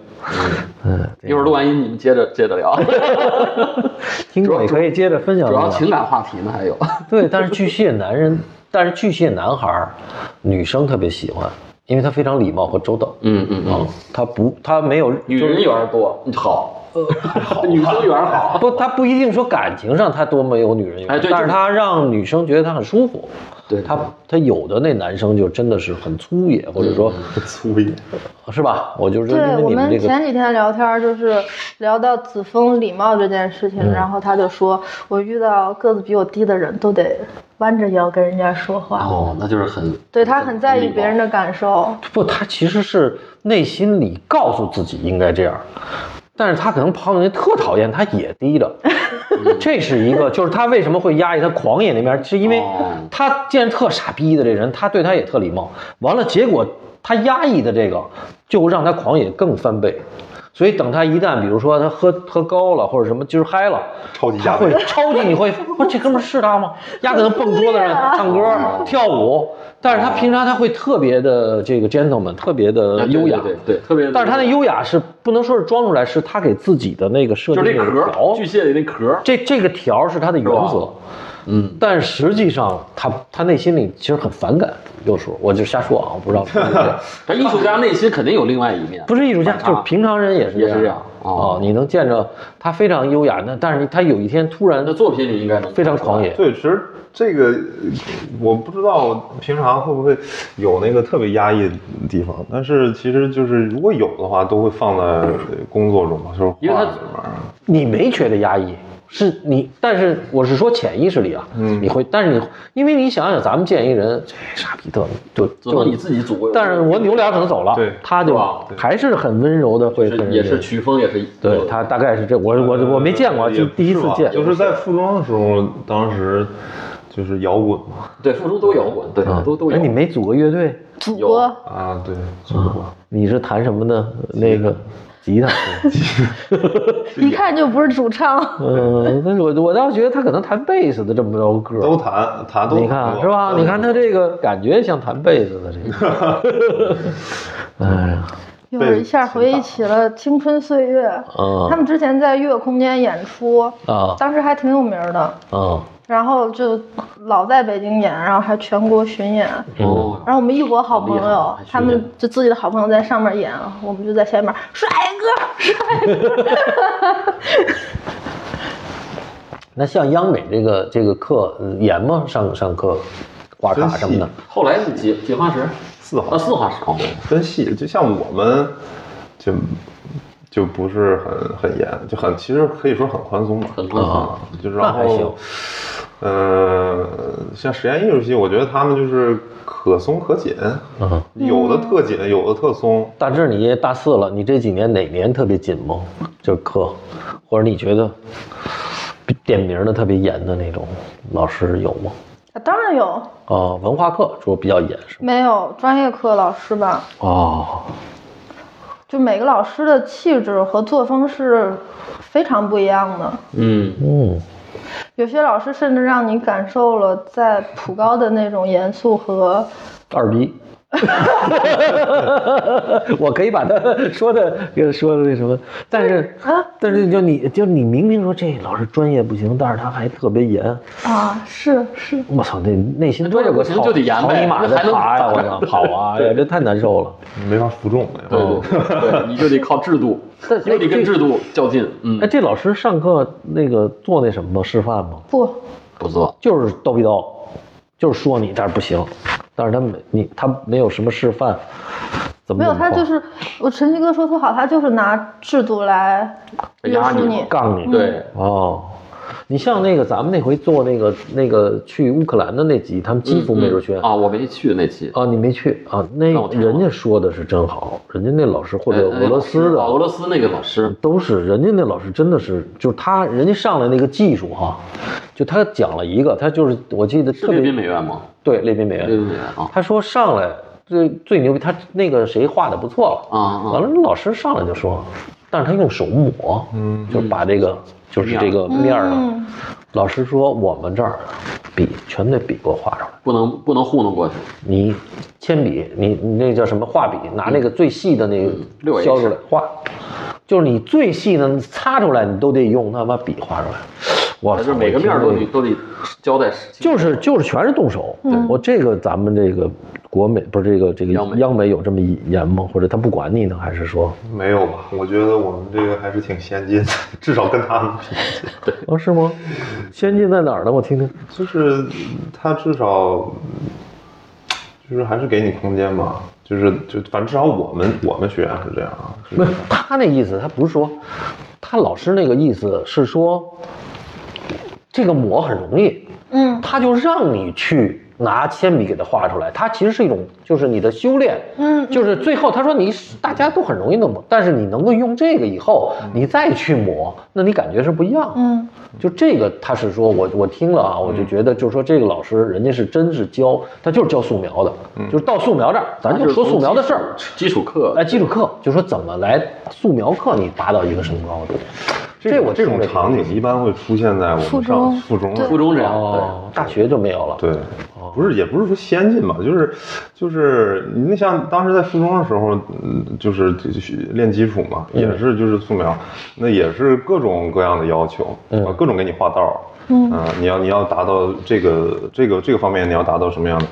E: 嗯，
B: 一会儿录完音你们接着接着 聊，
E: 听众也可以接着分享
B: 主
E: 分
B: 要
E: 享。
B: 情感话题呢还有。
E: 对，但是巨蟹男人，但是巨蟹男孩儿，女生特别喜欢，因为他非常礼貌和周到。
B: 嗯嗯
E: 啊，他不，他没有
B: 女人缘儿多好，
E: 呃 好
B: 女生缘儿好。
E: 不，他不一定说感情上他多么有女人缘，
B: 哎对
E: 但
B: 这
E: 是
B: 个
E: 他让女生觉得他很舒服。
B: 对
E: 他他有的那男生就真的是很粗野，或者说、
D: 粗野，
E: 是吧？我就是
C: 对
E: 因为
C: 我
E: 你
C: 们
E: 这个
C: 前几天聊天儿，就是聊到子枫礼貌这件事
E: 嗯
C: 情，然后他就说，我遇到个子比我低的人都得弯着腰跟人家说话，
E: 啊
B: 哦，那就是很
C: 对他很在意别人的感受。
E: 不，他其实是内心里告诉自己应该这样，但是他可能旁人特讨厌，他也低着。这是一个，就是他为什么会压抑他狂野那面，是因为
B: 哦
E: 他见着特傻逼的这人，他对他也特礼貌。完了，结果他压抑的这个，就让他狂野更翻倍。所以等他一旦，比如说他喝喝高了或者什么，今儿嗨了，
D: 超级
E: 他
D: 压
E: 会
D: 力。
E: 超级，你会，不，这哥们儿是他吗？压可能蹦桌子上唱歌、跳舞，但是他平常他会特别的这个 gentleman，特别的优雅，
B: 啊对对，特别。
E: 但是他那优雅是不能说是装出来，是他给自己的那个设
B: 就
E: 定
B: 是那
E: 那个
B: 壳，
E: 条
B: 巨，蟹里那壳，
E: 这这个条是他的原
B: 是
E: 则
B: 吧，嗯，
E: 但实际上他他内心里其实很反感，有时候我就瞎说啊，我不知道是不是，
B: 但艺术家内心肯定有另外一面，
E: 不是艺术家，
B: 反
E: 就
B: 差
E: 是平常人也是
B: 也是这样
E: 哦
B: 哦，
E: 你能见着他非常优雅，那但是他有一天突然
B: 他的作品你应该能
E: 非常狂野，
D: 对，其实这个我不知道平常会不会有那个特别压抑的地方，但是其实就是如果有的话，都会放在工作中吧，就是
B: 因为
D: 画
B: 他
D: 里面。
E: 你没觉得压抑，是你，但是我是说潜意识里啊，
D: 嗯
E: 你会，但是你，因为你想想，咱们见一人，这傻逼特就
B: 只能你
E: 就，
B: 自己组。
E: 但是我扭脸可能走了，
D: 对
E: 他就是
B: 吧
D: 对
E: 还是很温柔的，会
B: 是
E: 跟
B: 也
E: 人家
B: 是曲风，也是
E: 对他大概是这，我我我没见过，
D: 也
E: 就第一次
D: 不是吧
E: 见，
D: 就是在附中的时候，当时就是摇滚嘛，
B: 对附中都摇滚，对
E: 嗯
B: 都都
E: 哎，
B: 有。
E: 你没组过乐队，
C: 祖
B: 有
C: 国，
D: 啊，对，就是
E: 嗯
D: 我
E: 你是弹什么呢？那个吉他，
C: 一看就不是主唱，
E: 嗯，但是我我倒觉得他可能弹贝斯的这么着个儿，
D: 都弹弹都
E: 啊
D: 弹
E: 你看
D: 过
E: 是吧？你看他这个感觉像弹贝斯的这个， 哎呀，
C: 一会儿一下回忆起了青春岁月。他
E: 嗯
C: 们之前在月空间演出，
E: 啊
C: 当时还挺有名儿的，
E: 啊，
C: 然后就老在北京演，然后还全国巡演。
B: 哦，
C: 然后我们一伙好朋友
B: 还，去
C: 他们就自己的好朋友在上面演，啊我们就在下面帅哥帅哥。
E: 那像央美这个这个课嗯严吗？上上课挂卡什么的
D: 真细？
B: 后来是几几化石
D: 四号
B: 啊，四化石哦，
D: 分析，就像我们就就不是很很严，就很其实可以说很宽松吧，
B: 很宽松
D: 啊就是
E: 那
D: 然
E: 还行
D: 后，呃，像实验艺术系，我觉得他们就是可松可紧，
E: 嗯，
D: 有的特紧，有的特松。
E: 大志，你也大四了，你这几年哪年特别紧吗？就是课，或者你觉得点名的特别严的那种老师有吗？
C: 当然有，
E: 啊，文化课说比较严是吗？
C: 没有专业课老师吧？
E: 哦，
C: 就每个老师的气质和作风是非常不一样的。
B: 嗯
E: 嗯，
C: 有些老师甚至让你感受了在普高的那种严肃和
E: 二逼。 我可以把他说的给说的那什么，但是
C: 啊
E: 但是就你就你明明说这老师专业不行，但是他还特别严，
C: 啊，是是，
E: 我操，那内心多
B: 专业
E: 有个
B: 不行
E: 草
B: 就得严
E: 草
B: 呗
E: 泥马
B: 那
E: 的
B: 还能
E: 爬呀，
B: 咋
E: 我
B: 着
E: 操，跑 啊，哎呀，这太难受了。
D: 没法服众哦的。
B: 对对对，你就得靠制度，
E: 哦
B: 又
E: 但
B: 得
E: 哎这
B: 跟制度较劲。嗯
E: 哎，，这老师上课那个做那什么吗？示范吗？
C: 不
B: 不错，
E: 就是叨逼叨，就是说你，但是不行，但是他没你他没有什么示范，怎
C: 没
E: 么啊
C: 有，
E: 怎么
C: 他就
E: 画
C: 是我陈曦哥说特好，他就是拿制度来约
B: 压
C: 束
B: 你
C: 你。
E: 杠你。
B: 对，嗯
E: 哦，你像那个咱们那回做那个那个去乌克兰的那集，他们基辅美术学院、
B: 啊，我没去那期。
E: 啊，你没去啊？
B: 那
E: 那
B: 我听了
E: 人家说的是真好，人家那老师或者
B: 哎
E: 俄罗斯的。
B: 俄罗斯那个老师，
E: 都是人家那老师真的是，就是他人家上来那个技术哈、就他讲了一个，他就是我记得
B: 是
E: 特
B: 列
E: 别
B: 宾美院吗？
E: 对列宾美院，
B: 列宾美院啊
E: 他说上来最最牛逼，他那个谁画的不错
B: 啊
E: 了，完
B: 啊！
E: 了老师上来就说，但是他用手抹，
D: 嗯，
E: 就把这个就是这个面儿上
C: 嗯，
E: 老师说我们这儿笔全得笔给我画出来，
B: 不能不能糊弄过去。
E: 你铅笔你你那叫什么画笔，拿那个最细的那
B: 嗯六
E: 个
B: H
E: 削出来画，就是你最细的你擦出来你都得用他妈笔画出来，我
B: 就是
E: 操
B: 每个面儿都
E: 我
B: 得
E: 听
B: 都得交代实情。
E: 啊就是就是全是动手。我这个咱们这个国美不是这个这个
B: 央美
E: 央美有这么严吗？或者他不管你呢？还是说
D: 没有吧？我觉得我们这个还是挺先进的，至少跟他们比。
E: 啊是吗？先进在哪儿呢？我听听。
D: 就是他至少，就是还是给你空间吧。就是就反正至少我们我们学院是这样啊。
E: 不
D: 就是
E: 他那意思，他不是说，他老师那个意思是说，这个抹很容易，
C: 嗯
E: 他就让你去拿铅笔给它画出来。它其实是一种，就是你的修炼。
C: 嗯
E: 就是最后他说你大家都很容易弄懂，但是你能够用这个以后，你再去磨，那你感觉是不一样的。
C: 嗯
E: 就这个，他是说我我听了啊，我就觉得就是说这个老师人家是真是教，他就是教素描的，就是到素描这儿，咱就说素描的事儿。
B: 基础课
E: 哎，基础课就说怎么来素描课，你达到一个什么高度？这我
D: 这种
E: 听着
D: 场景一般会出现在我
C: 附
D: 们
C: 中
D: 上附中
C: 对
B: 初中这样，
E: 哦，大学就没有了。
D: 对，不是也不是说先进吧，就是就是你那像当时在附中的时候，嗯，就是就是练基础嘛，
B: 嗯
D: 也是就是素描，那也是各种各样的要求，
E: 嗯
D: 啊，各种给你画道儿，
C: 嗯
D: 啊你要你要达到这个这个这个方面你要达到什么样的，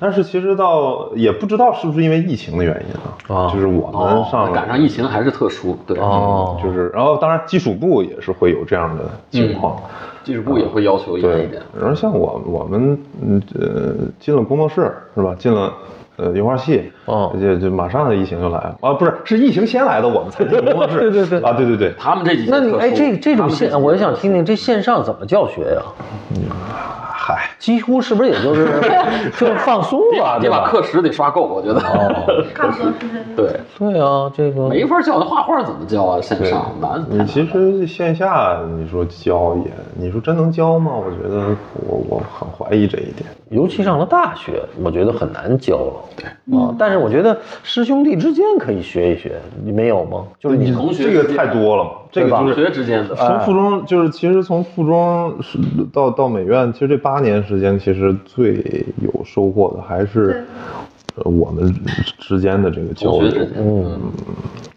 D: 但是其实到也不知道是不是因为疫情的原因
E: 啊
D: 就是我们
B: 哦，
D: 上
B: 那赶上疫情还是特殊，对，
E: 哦，
D: 就是，然后当然基础部也是会有这样的情况。
B: 技术部也会要求严
D: 对
B: 一点。，
D: 然后像我我们嗯呃进了工作室是吧？进了呃油画系，
E: 哦
D: 就就马上疫情就来了啊，不是是疫情先来的，我们才进工作室，
E: 对对对
D: 啊，对对对，
B: 他们这几届
E: 那你
B: 特殊
E: 哎，这这种
B: 他
E: 线，
B: 们
E: 我
B: 这几
E: 就
B: 届
E: 想听听这线上怎么教学呀？
B: 嗯
D: 嗨，
E: 几乎是不是也就是 就放松
B: 得把
E: 了，
B: 得
E: 对
B: 把
E: 吧？
B: 课时得刷够，我觉得。
E: 哦，
C: 差不多是这样。
B: 对，
E: 对啊，这个
B: 没法教，那画画怎么教啊？线上难。
D: 你其实线下你说教也，你说真能教吗？我觉得我我很怀疑这一点。
E: 尤其上了大学，我觉得很难教了。对啊，但是我觉得师兄弟之间可以学一学，你没有吗？就是你
B: 同学
D: 这个
B: 之间
D: 太多了嘛，这个
E: 对吧哎
D: 就
B: 同
D: 是
B: 学之间的，
D: 从附中就是，其实从附中是到到美院，其实这八年时间，其实最有收获的还是，呃，我们之间的这个交
B: 同学
D: 流
B: 之。间，嗯，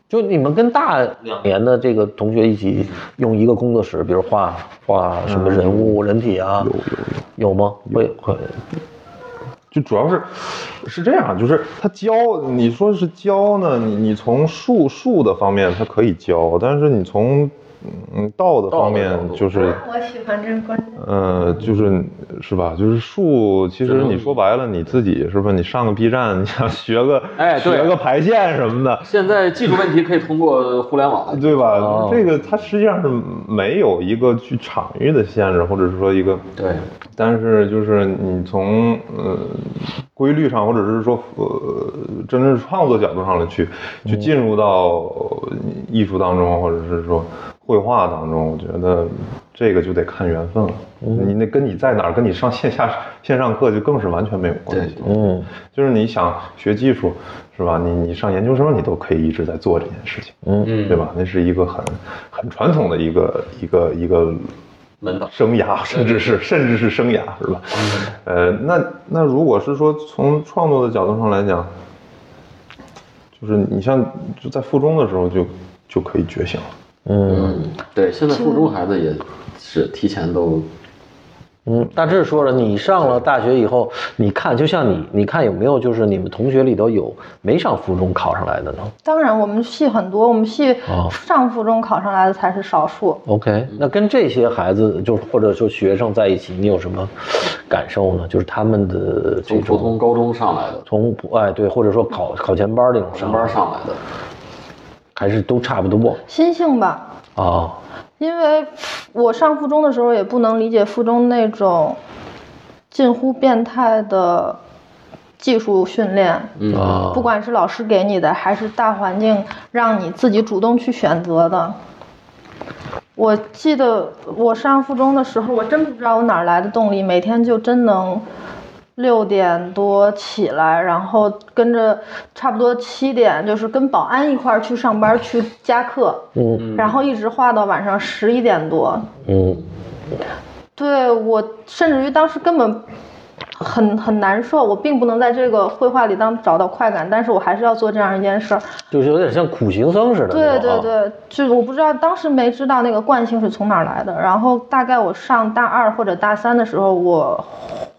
E: 就你们跟大两年的这个同学一起用一个工作室，比如画画什么人物、人体啊，有有有吗？会会
D: 就主要是是这样，就是他教，你说是教呢，你你从术术的方面他可以教，但是你从嗯道的方面
B: 道的角度
D: 就是。
C: 我喜欢这个观点。
D: 呃，就是是吧？就是术，其实你说白了，你自己是吧？你上个 B 站，你想学个
B: 哎对
D: 学个排线什么的，
B: 现在技术问题可以通过互联网来
D: 对吧？
E: 哦
D: 这个它实际上是没有一个去场域的限制，或者是说一个，
B: 对，
D: 但是就是你从呃规律上，或者是说呃真正创作角度上来去去进入到呃艺术当中，或者是说绘画当中，我觉得这个就得看缘分了。你那跟你在哪儿，跟你上线下线上课就更是完全没有关系。
E: 嗯
D: 就是你想学技术，是吧？你你上研究生，你都可以一直在做这件事情，
B: 嗯
D: 对？吧？那是一个很很传统的一个一个一个
B: 门道，
D: 生涯， 甚至是甚至是生涯，是吧？呃，那那如果是说从创作的角度上来讲，就是你像就在附中的时候就就可以觉醒了，
E: 嗯
B: 嗯，对，现在附中孩子也是提前都
E: 嗯，大致说了，你上了大学以后，你看，就像你，你看有没有就是你们同学里头有没上附中考上来的呢
C: 当然，我们系很多，我们系
E: 哦
C: 上附中考上来的才是少数。
E: ？OK，那跟这些孩子，就是或者说学生在一起，你有什么感受呢？就是他们的这
B: 从普
E: 种
B: 通高中上来的，
E: 从哎对，或者说考考前班这种
B: 上
E: 上，
B: 班上来的，
E: 还是都差不多
C: 心性吧，
E: 啊？
C: 因为我上附中的时候也不能理解附中那种近乎变态的技术训练，
B: 嗯
E: 啊
C: 不管是老师给你的，还是大环境让你自己主动去选择的。我记得我上附中的时候，我真不知道我哪儿来的动力，每天就真能六点多起来，然后跟着差不多七点，就是跟保安一块儿去上班去加课，
E: 嗯
C: 然后一直画到晚上十一点多。
E: 嗯
C: 对我，甚至于当时根本很很难受，我并不能在这个绘画里当找到快感，但是我还是要做这样一件事儿。
E: 就是有点像苦行僧似的
C: 对
E: 那种啊。
C: 对对，就我不知道当时没知道那个惯性是从哪儿来的。然后大概我上大二或者大三的时候，我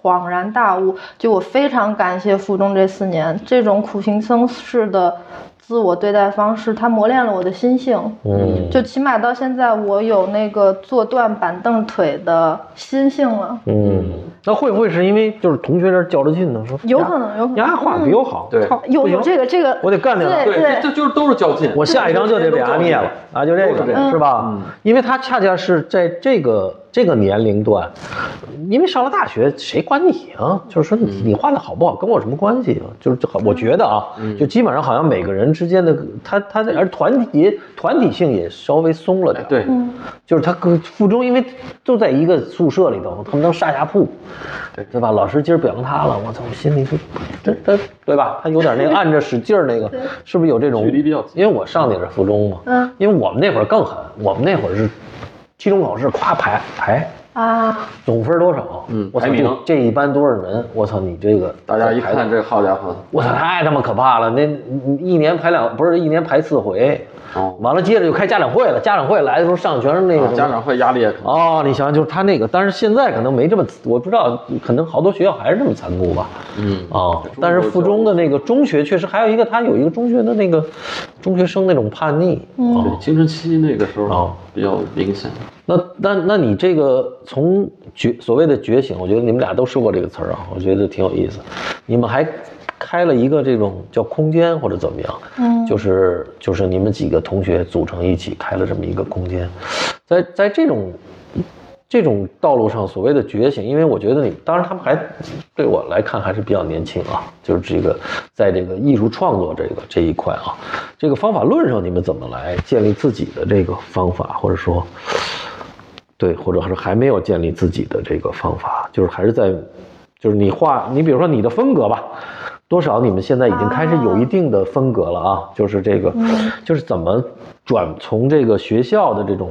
C: 恍然大悟，就我非常感谢附中这四年，这种苦行僧式的自我对待方式，它磨练了我的心性。
E: 嗯
C: 就起码到现在，我有那个坐断板凳腿的心性了。
E: 嗯，那会不会是因为就是同学这较着劲呢？说
C: 有可能，有可
E: 你
C: 能嗯
E: 还画得比我好，
B: 对
E: 操
C: 有
E: 不
C: 有
E: 行
C: 这个这个，
E: 我得干点儿
C: 对
B: 对，这这 就是都是较劲。
E: 我下一张就得被阿灭了啊，就这
B: 都是这
E: 个
B: 样
E: 是吧？因为他恰恰是在这个这个年龄段，因为上了大学，谁管你啊？就是
B: 嗯
E: 说你你画的好不好跟我有什么关系啊？就是这好，我觉得啊，
B: 嗯
E: 就基本上好像每个人之间的他他的而团体团体性也稍微松了点，，
B: 哎
E: 嗯
B: 对，
E: 就是他跟附中，因为都在一个宿舍里头，他们都上下铺，对对吧？老师今儿表扬他了，我操，我心里就，这这对吧？他有点那 个按着使劲儿那个，是不是有这种？
B: 距离比较近
E: 因为我上的也是附中嘛，
C: 嗯，
E: 因为我们那会儿更狠，我们那会儿是期中考试夸排排
C: 啊，
E: 总分多少，
B: 嗯
E: 我操，
B: 排名
E: 这这一班多少人？我操，你这个
B: 大家一看这好家伙，
E: 我操，太他妈可怕了！那你一年排两不是一年排四回，
B: 哦
E: 完了接着就开家长会了。家长会来的时候上全是那个什么
B: 啊家长会压力也可能。
E: 哦，你想想，就是他那个，但是现在可能没这么，我不知道，可能好多学校还是这么残酷吧。
B: 嗯
E: 啊、但是附中的那个中学确实还有一个，他有一个中学的那个中学生那种叛逆。
B: 对，青春期那个时
E: 哦
B: 候比较明显。
E: 那那那你这个从觉所谓的觉醒，我觉得你们俩都说过这个词儿啊，我觉得挺有意思。你们还开了一个这种叫空间或者怎么样，
C: 嗯
E: 就是就是你们几个同学组成一起开了这么一个空间，在在这种这种道路上所谓的觉醒，因为我觉得你，当然他们还对我来看还是比较年轻啊，就是这个在这个艺术创作这个这一块啊，这个方法论上你们怎么来建立自己的这个方法，或者说，对，或者是还没有建立自己的这个方法，就是还是在，就是你画，你比如说你的风格吧。多少你们现在已经开始有一定的风格了啊，就是这个，就是怎么转从这个学校的这种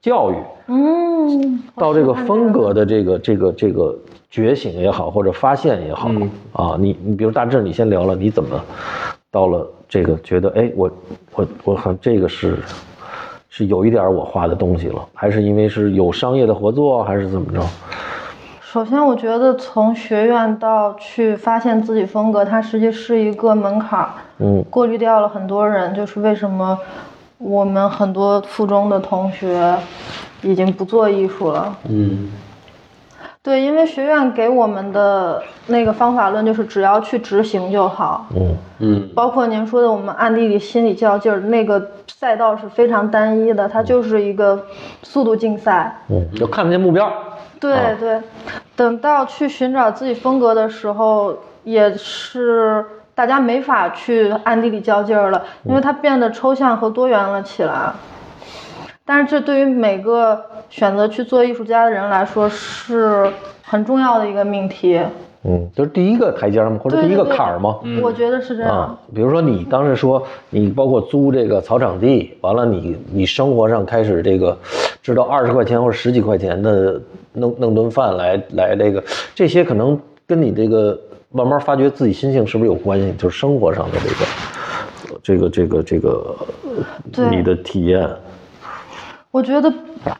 E: 教育，
C: 嗯，
E: 到这个风格的这个这个这个觉醒也好，或者发现也好、
B: 嗯
E: 啊，你你比如大志，你先聊了，你怎么到了这个觉得哎，我我我看这个是是有一点我画的东西了，还是因为是有商业的合作，还是怎么着？
C: 首先，我觉得从学院到去发现自己风格，它实际是一个门槛儿，
E: 嗯
C: 过滤掉了很多人。就是为什么我们很多附中的同学已经不做艺术了。
B: 嗯，
C: 对，因为学院给我们的那个方法论就是只要去执行就好，
E: 嗯
B: 嗯，
C: 包括您说的我们暗地里心里较劲儿，那个赛道是非常单一的，它就是一个速度竞赛。
E: 嗯，就看不见目标。啊
C: 对对，等到去寻找自己风格的时候，也是大家没法
E: 嗯
C: 去暗地里较劲儿了，因为它变得抽象和多元了起来。但是这对于每个选择去做艺术家的人来说是很重要的一个命题。
E: 嗯，就是第一个台阶儿吗？或者
C: 对
E: 第一个
C: 对对
E: 坎儿吗？
B: 嗯
C: 我觉得是这样
E: 啊。，比如说你当时说你包括租这个草场地，完了你你生活上开始这个知道二十块钱或者十几块钱的弄弄顿饭来来这个，这些可能跟你这个慢慢发掘自己心性是不是有关系？就是生活上的这个这个这个这个呃
C: 对
E: 你的体验，
C: 我觉得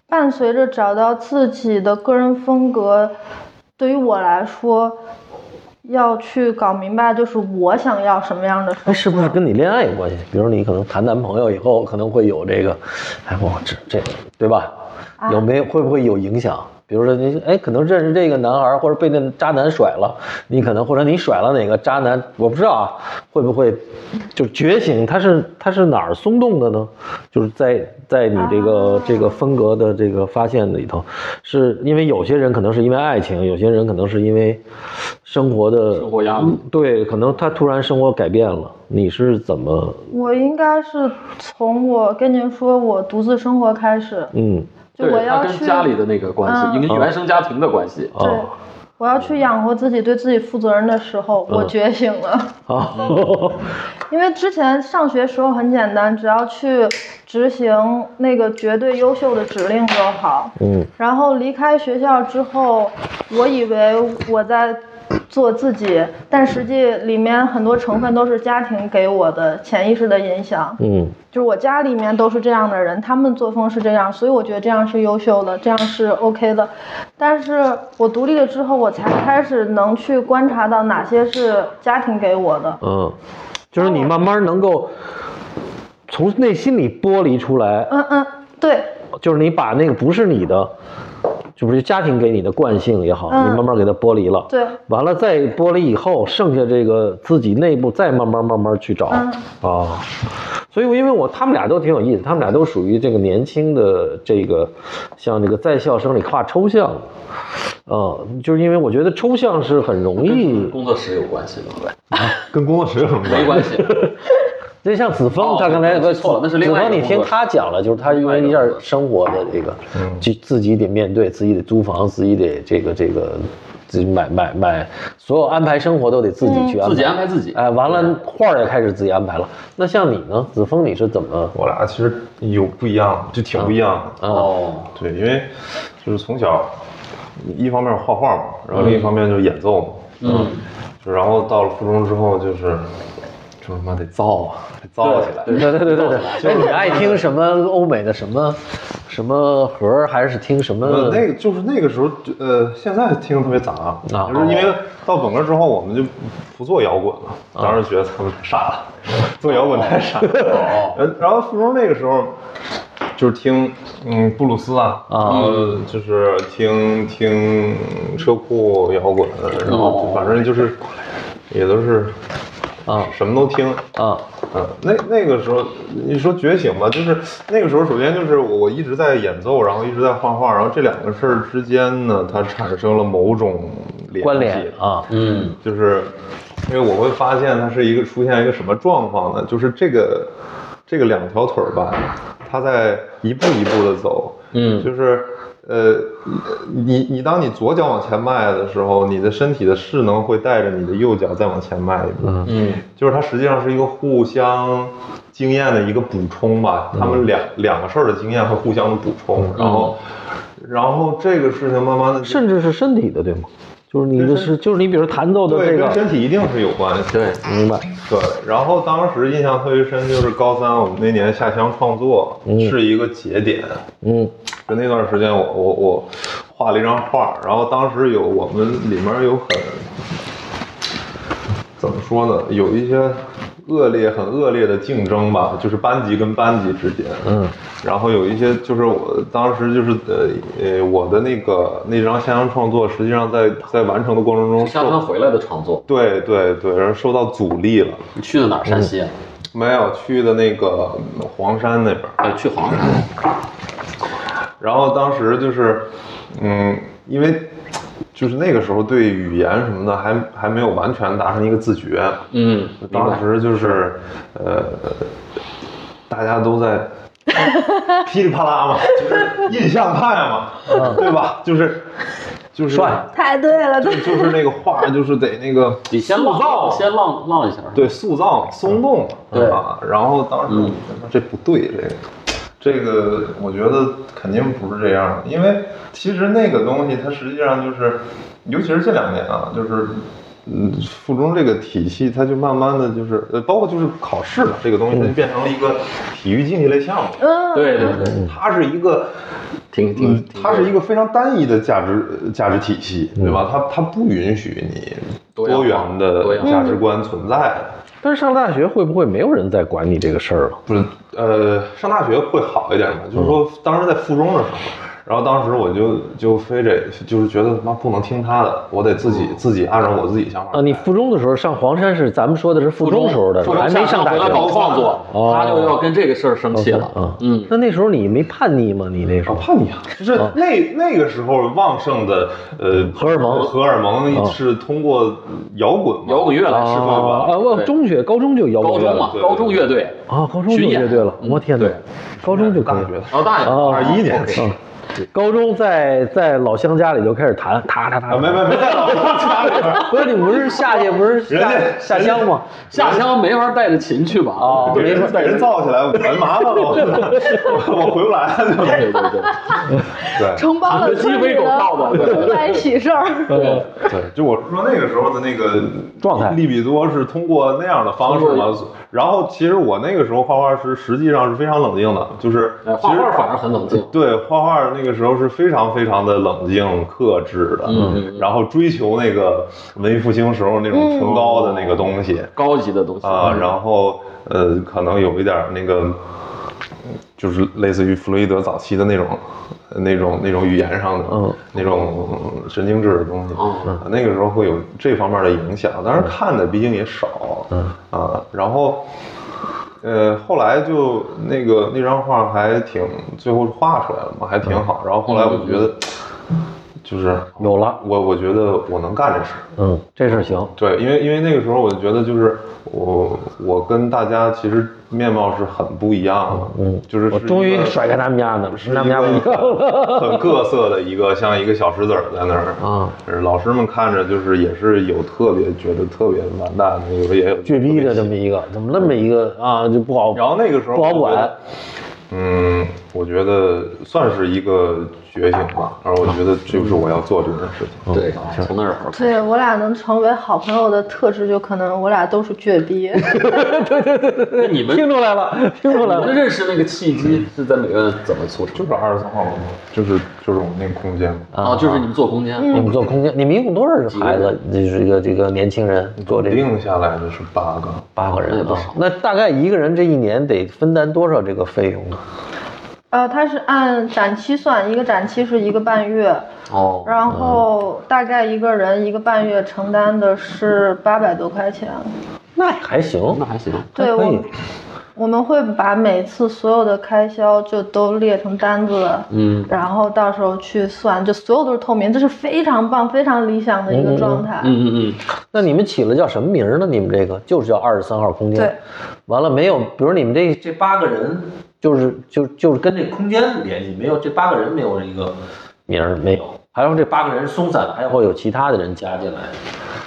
C: 伴随着找到自己的个人风格，对于我来说，要去搞明白就是我想要什么样的生
E: 哎，
C: 活。
E: 是不是跟你恋爱有关系？比如你可能谈男朋友以后可能会有这个，哎，我这这对吧？有没有会不会有影响？比如说你哎，可能认识这个男孩儿，或者被那渣男甩了，你可能或者你甩了哪个渣男，我不知道啊，会不会就觉醒？他是他是哪儿松动的呢？就是在在你这个、这个风格的这个发现里头，是因为有些人可能是因为爱情，有些人可能是因为生活的嗯
B: 生活压力
E: 对，可能他突然生活改变了，你是怎么？
C: 我应该是从我跟您说我独自生活开始，
E: 嗯
C: 就我
B: 对他
C: 要
B: 跟
C: 去
B: 家里的哦那个关系，
C: 嗯
B: 因为原生家庭的关系，
E: 啊
C: 对，我要去养活自己、对自己负责任的时候，
B: 嗯
C: 我觉醒了。
E: 啊，
C: 因为之前上学时候很简单，只要去执行那个绝对优秀的指令就好。
E: 嗯
C: 然后离开学校之后，我以为我在做自己，但实际里面很多成分都是家庭给我的潜意识的影响。
E: 嗯
C: 就是我家里面都是这样的人，他们作风是这样，所以我觉得这样是优秀的，这样是 OK 的。但是我独立了之后，我才开始能去观察到哪些是家庭给我的。
E: 嗯，就是你慢慢能够从内心里剥离出来，
C: 嗯嗯，对，
E: 就是你把那个不是你的，就是家庭给你的惯性也好，
C: 嗯
E: 你慢慢给它剥离了。
B: 哦
C: 对
E: 完了再剥离以后，剩下这个自己内部再慢慢慢慢去找
C: 嗯
E: 啊。所以，我因为我他们俩都挺有意思，他们俩都属于这个年轻的这个，像这个在校生里跨抽象，啊，就是因为我觉得抽象是很容易，
B: 工作室有关系吗？
D: 跟工作室有什么
B: 没
D: 系？
B: 关系，
E: 就像子枫，
B: 哦
E: 他刚才
B: 我记错了那是另
E: 子
B: 外一个
E: 枫，你听他讲了，就是他因为一下生活的这个，
B: 嗯
E: 就自己得面对，自己得租房，自己得这个这个，自己买买买，所有安排生活都得自己去安排。
B: 嗯自己安排自己。
E: 哎，完了，画儿也开始自己安排了。那像你呢，子枫，你是怎么？
D: 我俩其实有不一样，就挺不一样的。
B: 哦，
D: 对，因为就是从小，一方面画画嘛，然后另一方面就是演奏嘛。
B: 嗯，
D: 就然后到了附中之后，就是就是他妈得造啊，得造起来。
E: 对对对对对。 哎，你爱听什么欧美的什么什么盒儿，还是听什
D: 呃，
E: 么？
D: 那个就是那个时候，呃，现在听得特别杂，
E: 啊
D: 就是因为到本科之后，我们就不做摇滚了，当时觉得他们傻了，做摇滚太傻
E: 哦
D: 了。呃然后附中那个时候，就是听嗯布鲁斯啊，
E: 啊
D: 然后就是听听车库摇滚，然后就反正就是也都是
E: 哦啊
D: 什么都听，
E: 啊
D: 嗯，那那个时候你说觉醒吧，就是那个时候，首先就是我我一直在演奏，然后一直在画画，然后这两个事儿之间呢，它产生了某种联系
E: 关联啊，
B: 嗯，
D: 就是因为我会发现它是一个出现一个什么状况呢？就是这个这个两条腿儿吧，它在一步一步的走，
B: 嗯
D: 就是呃，你你当你左脚往前迈的时候，你的身体的势能会带着你的右脚再往前迈一步，嗯
B: 嗯，
D: 就是它实际上是一个互相经验的一个补充吧，他们两两个事儿的经验会互相的补充，然后然后这个事情慢慢的
E: 甚至是身体的，对吗？就是你的是，就是你比如弹奏的
D: 对
E: 这
D: 跟
E: 个，
D: 身体一定是有关系，
B: 对，
E: 明白？
D: 对，然后当时印象特别深，就是高三我们那年下乡创作、是一个节点，
E: 嗯。
D: 就那段时间我我我画了一张画，然后当时有我们里面有很怎么说呢，有一些恶劣很恶劣的竞争吧，就是班级跟班级之间，
E: 嗯，
D: 然后有一些就是我当时就是呃呃我的那个那张下乡创作，实际上在在完成的过程中
B: 下山
D: 受
B: 回来的创作，
D: 对对对，然后受到阻力了。
B: 你去的哪儿？山西啊？
D: 没有去的那个嗯黄山那边儿，
B: 哎，去黄山。
D: 然后当时就是，嗯，因为就是那个时候对语言什么的还还没有完全达成一个自觉，
B: 嗯，明白
D: 当时就是，呃，大家都在噼里啪啦嘛，就是印象派嘛，
B: 嗯
D: 对吧？就是就是
E: 帅
C: 太对了，对，
D: 就是那个画，就是得那个
B: 你先
D: 塑造
B: 浪，先浪浪一下。
D: 对塑造松动，
B: 嗯对
D: 吧？然后当时我
B: 嗯
D: 觉得这不对，这个这个我觉得肯定不是这样的，因为其实那个东西它实际上就是，尤其是这两年啊，就是。嗯，附中这个体系，它就慢慢的就是，呃，包括就是考试吧，这个东西它
B: 嗯
D: 就变成了一个体育竞技类项目，
C: 嗯，
B: 对对对，
D: 它是一个
B: 挺挺
D: 嗯，它是一个非常单一的价值价值体系，对吧？它它不允许你
B: 嗯多样化
D: 多元的
B: 多样化嗯
D: 价值观存在。
E: 但是上大学会不会没有人再管你这个事儿了？
D: 不是，呃，上大学会好一点嘛？就是
E: 嗯
D: 说，当时在附中的时候，然后当时我就就非得就是觉得他妈不能听他的，我得自己自己按照我自己想法来。
E: 啊，嗯你附中的时候上黄山是咱们说的是附中时候的，
B: 初
E: 还
B: 中
E: 没上
B: 回
E: 大
B: 来搞
E: 学。
B: 创作，
E: 哦
B: 他就要跟这个事儿生气
E: 嗯
B: 了。嗯，
E: 那那时候你没叛逆吗？你那时
D: 啊，
E: 候
D: 叛逆啊，就是那那个时候旺盛的呃
E: 哦荷尔蒙
D: 荷尔蒙
E: 啊
D: 是通过摇滚嘛
B: 摇滚乐来释放
E: 啊啊！
B: 吧。
E: 我
B: 对
E: 中学、高中就摇
B: 高
E: 滚乐
B: 中
E: 了
B: 嘛
D: 对，对对
B: 高中乐队，
E: 啊，高中就乐队了。
B: 巡演
E: 我天哪，高中嗯就可
D: 大
E: 以
D: 学的。
B: 然后大爷
E: 哦
D: 二一 年的时候
E: 嗯，高中在在老乡家里就开始弹，弹弹
D: 啊，
E: 弹。
D: 没没没在老乡家里边儿，
E: 不是你不是下去不是
D: 人
E: 下
D: 家
E: 下乡吗？
B: 下乡没法带着琴去吧？
E: 哦
D: 给人被人造起来，我麻烦了， 我我回不来了。
B: 对对对，
D: 对
C: 承包了村里
B: 啊鸡尾狗道吧
C: 的
B: 对
C: 出卖喜事儿。
E: 对，
D: 对，就我是说那个时候的那个
E: 状态
D: 利比多是通过那样的方式
B: 通
D: 嘛
B: 过。
D: 然后其实我那个时候画画是实际上是非常冷静的，就是
B: 哎
D: 其
B: 画
D: 实
B: 画反而很冷静。
D: 对画画那个时候是非常非常的冷静克制的，
B: 嗯
D: 然后追求那个文艺复兴时候那种崇高的那个东西，
B: 高级的东西
D: 啊，然后呃，可能有一点儿那个，就是类似于弗洛伊德早期的那种、那种、那种语言上的，
E: 嗯，
D: 那种神经质的东西，
B: 嗯
D: 啊那个时候会有这方面的影响。当然看的毕竟也少，
E: 嗯
D: 啊，然后。呃，后来就那个那张画还挺，最后画出来了嘛，还
E: 嗯
D: 挺好。然后后来我觉得，就是
E: 有了，
D: 我我觉得我能干这事儿，
E: 嗯，这事儿行，
D: 对，因为因为那个时候我就觉得就是我我跟大家其实面貌是很不一样的，
E: 嗯
D: 就是
E: 我
D: 是
E: 终
D: 一
E: 于
D: 个
E: 甩开他们家呢，
D: 是
E: 跟
D: 一
E: 他们家不一样了。
D: 个很很各色的一个像一个小石子儿在那儿
E: 啊，
D: 老师们看着就是也是有特别觉得特别完蛋的，有的也有
E: 倔逼的这么一个，怎么那么一个啊，就不好
D: 然后那个时候
E: 不好
D: 我觉得
E: 管，
D: 嗯，我觉得算是一个觉醒吧，然后我觉得就是我要做这件事情。
E: 嗯
B: 对，
E: 哦
B: 哎从那儿开始
C: 对我俩能成为好朋友的特质，就可能我俩都是倔 逼。
B: 那你们
E: 听出来了，听出来
B: 你
E: 了
B: 们。认识那个契机是在美院怎么促成
D: 就是二十三号楼嘛，就是就是我们那个空间嘛。
B: 啊？就是你们做空间，
E: 你们做空间，你们一共多少孩子？就是一个这个年轻人做这
D: 稳
E: 个
D: 定下来就是八个，
E: 八个
B: 那也
E: 人
B: 不
E: 啊
B: 少，
E: 那大概一个人这一年得分担多少这个费用呢？
C: 呃，它是按展期算，一个展期是一个半月，
B: 哦，
C: 然后大概一个人一个半月承担的是八百多块钱。
E: 那还行，
B: 那还行。
E: 还
C: 对
E: 可以
C: 我。我们会把每次所有的开销就都列成单子，
B: 嗯
C: 然后到时候去算，就所有都是透明，这是非常棒、非常理想的一个状态。
B: 嗯嗯
E: 那你们起了叫什么名儿呢？你们这个就是叫二十三号空
B: 嗯
E: 间。
C: 对，
E: 完了没有？比如你们这这八个人，就是就就是跟这空间联系没有？这八个人没有一个名儿没有。还有这八个人松散的，还会有其他的人加进来。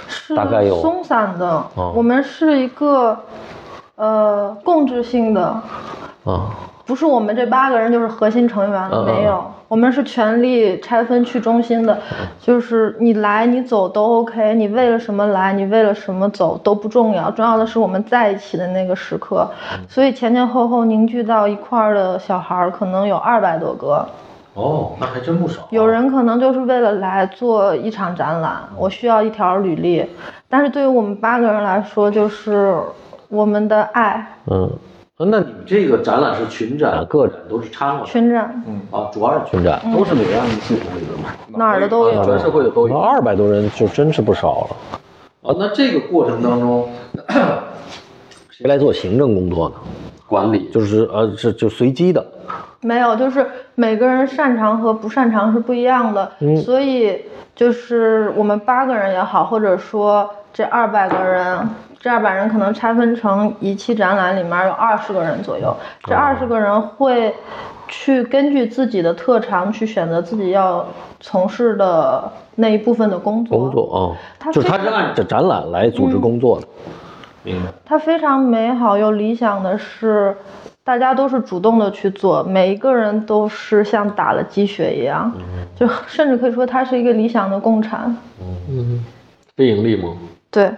C: 是
E: 大概有
C: 松散的，
E: 哦
C: 我们是一个呃共治性的，
E: 啊、
C: 不是我们这八个人就是核心成员
E: 嗯嗯嗯
C: 没有，我们是全力拆分去中心的，
E: 嗯
C: 就是你来你走都 OK，你为了什么来，你为了什么走都不重要，重要的是我们在一起的那个时刻。
E: 嗯
C: 所以前前后后凝聚到一块儿的小孩儿可能有二百多个，
E: 哦，那还真不
A: 啊
E: 少。
C: 有人可能就是为了来做一场展览，我需要一条履历，但是对于我们八个人来说，就是我们的爱
E: 嗯，那你们这个展览是群展、个展都是掺和的
C: 群展，
E: 啊，主要是群展。
B: 嗯，
E: 嗯
B: 都是美院系统里的嘛，
C: 哪儿的都有。
B: 全社会的都有。
E: 二百多人就真是不少了。
A: 哦
B: 啊，那这个过程当中，
E: 谁来做行政工作呢？
B: 管理
E: 就是呃，是就随机的。
C: 没有，就是每个人擅长和不擅
E: 嗯
C: 长是不一样的，所以就是我们八个人也好，或者说这二百个人，这二百人可能拆分成一期展览里面有二十个人左右，这
E: 哦
C: 二十个人会去根据自己的特长去选择自己要从事的那一部分的工作。
E: 工作啊，
C: 它
E: 就是他
C: 非嗯
E: 是按着展览来组织工作的。
D: 明白。
C: 它非常美好又理想的是，大家都是主动的去做，每一个人都是像打了鸡血一样，就 甚至可以说它是一个理想的共产。
B: 非盈利吗？
C: 对，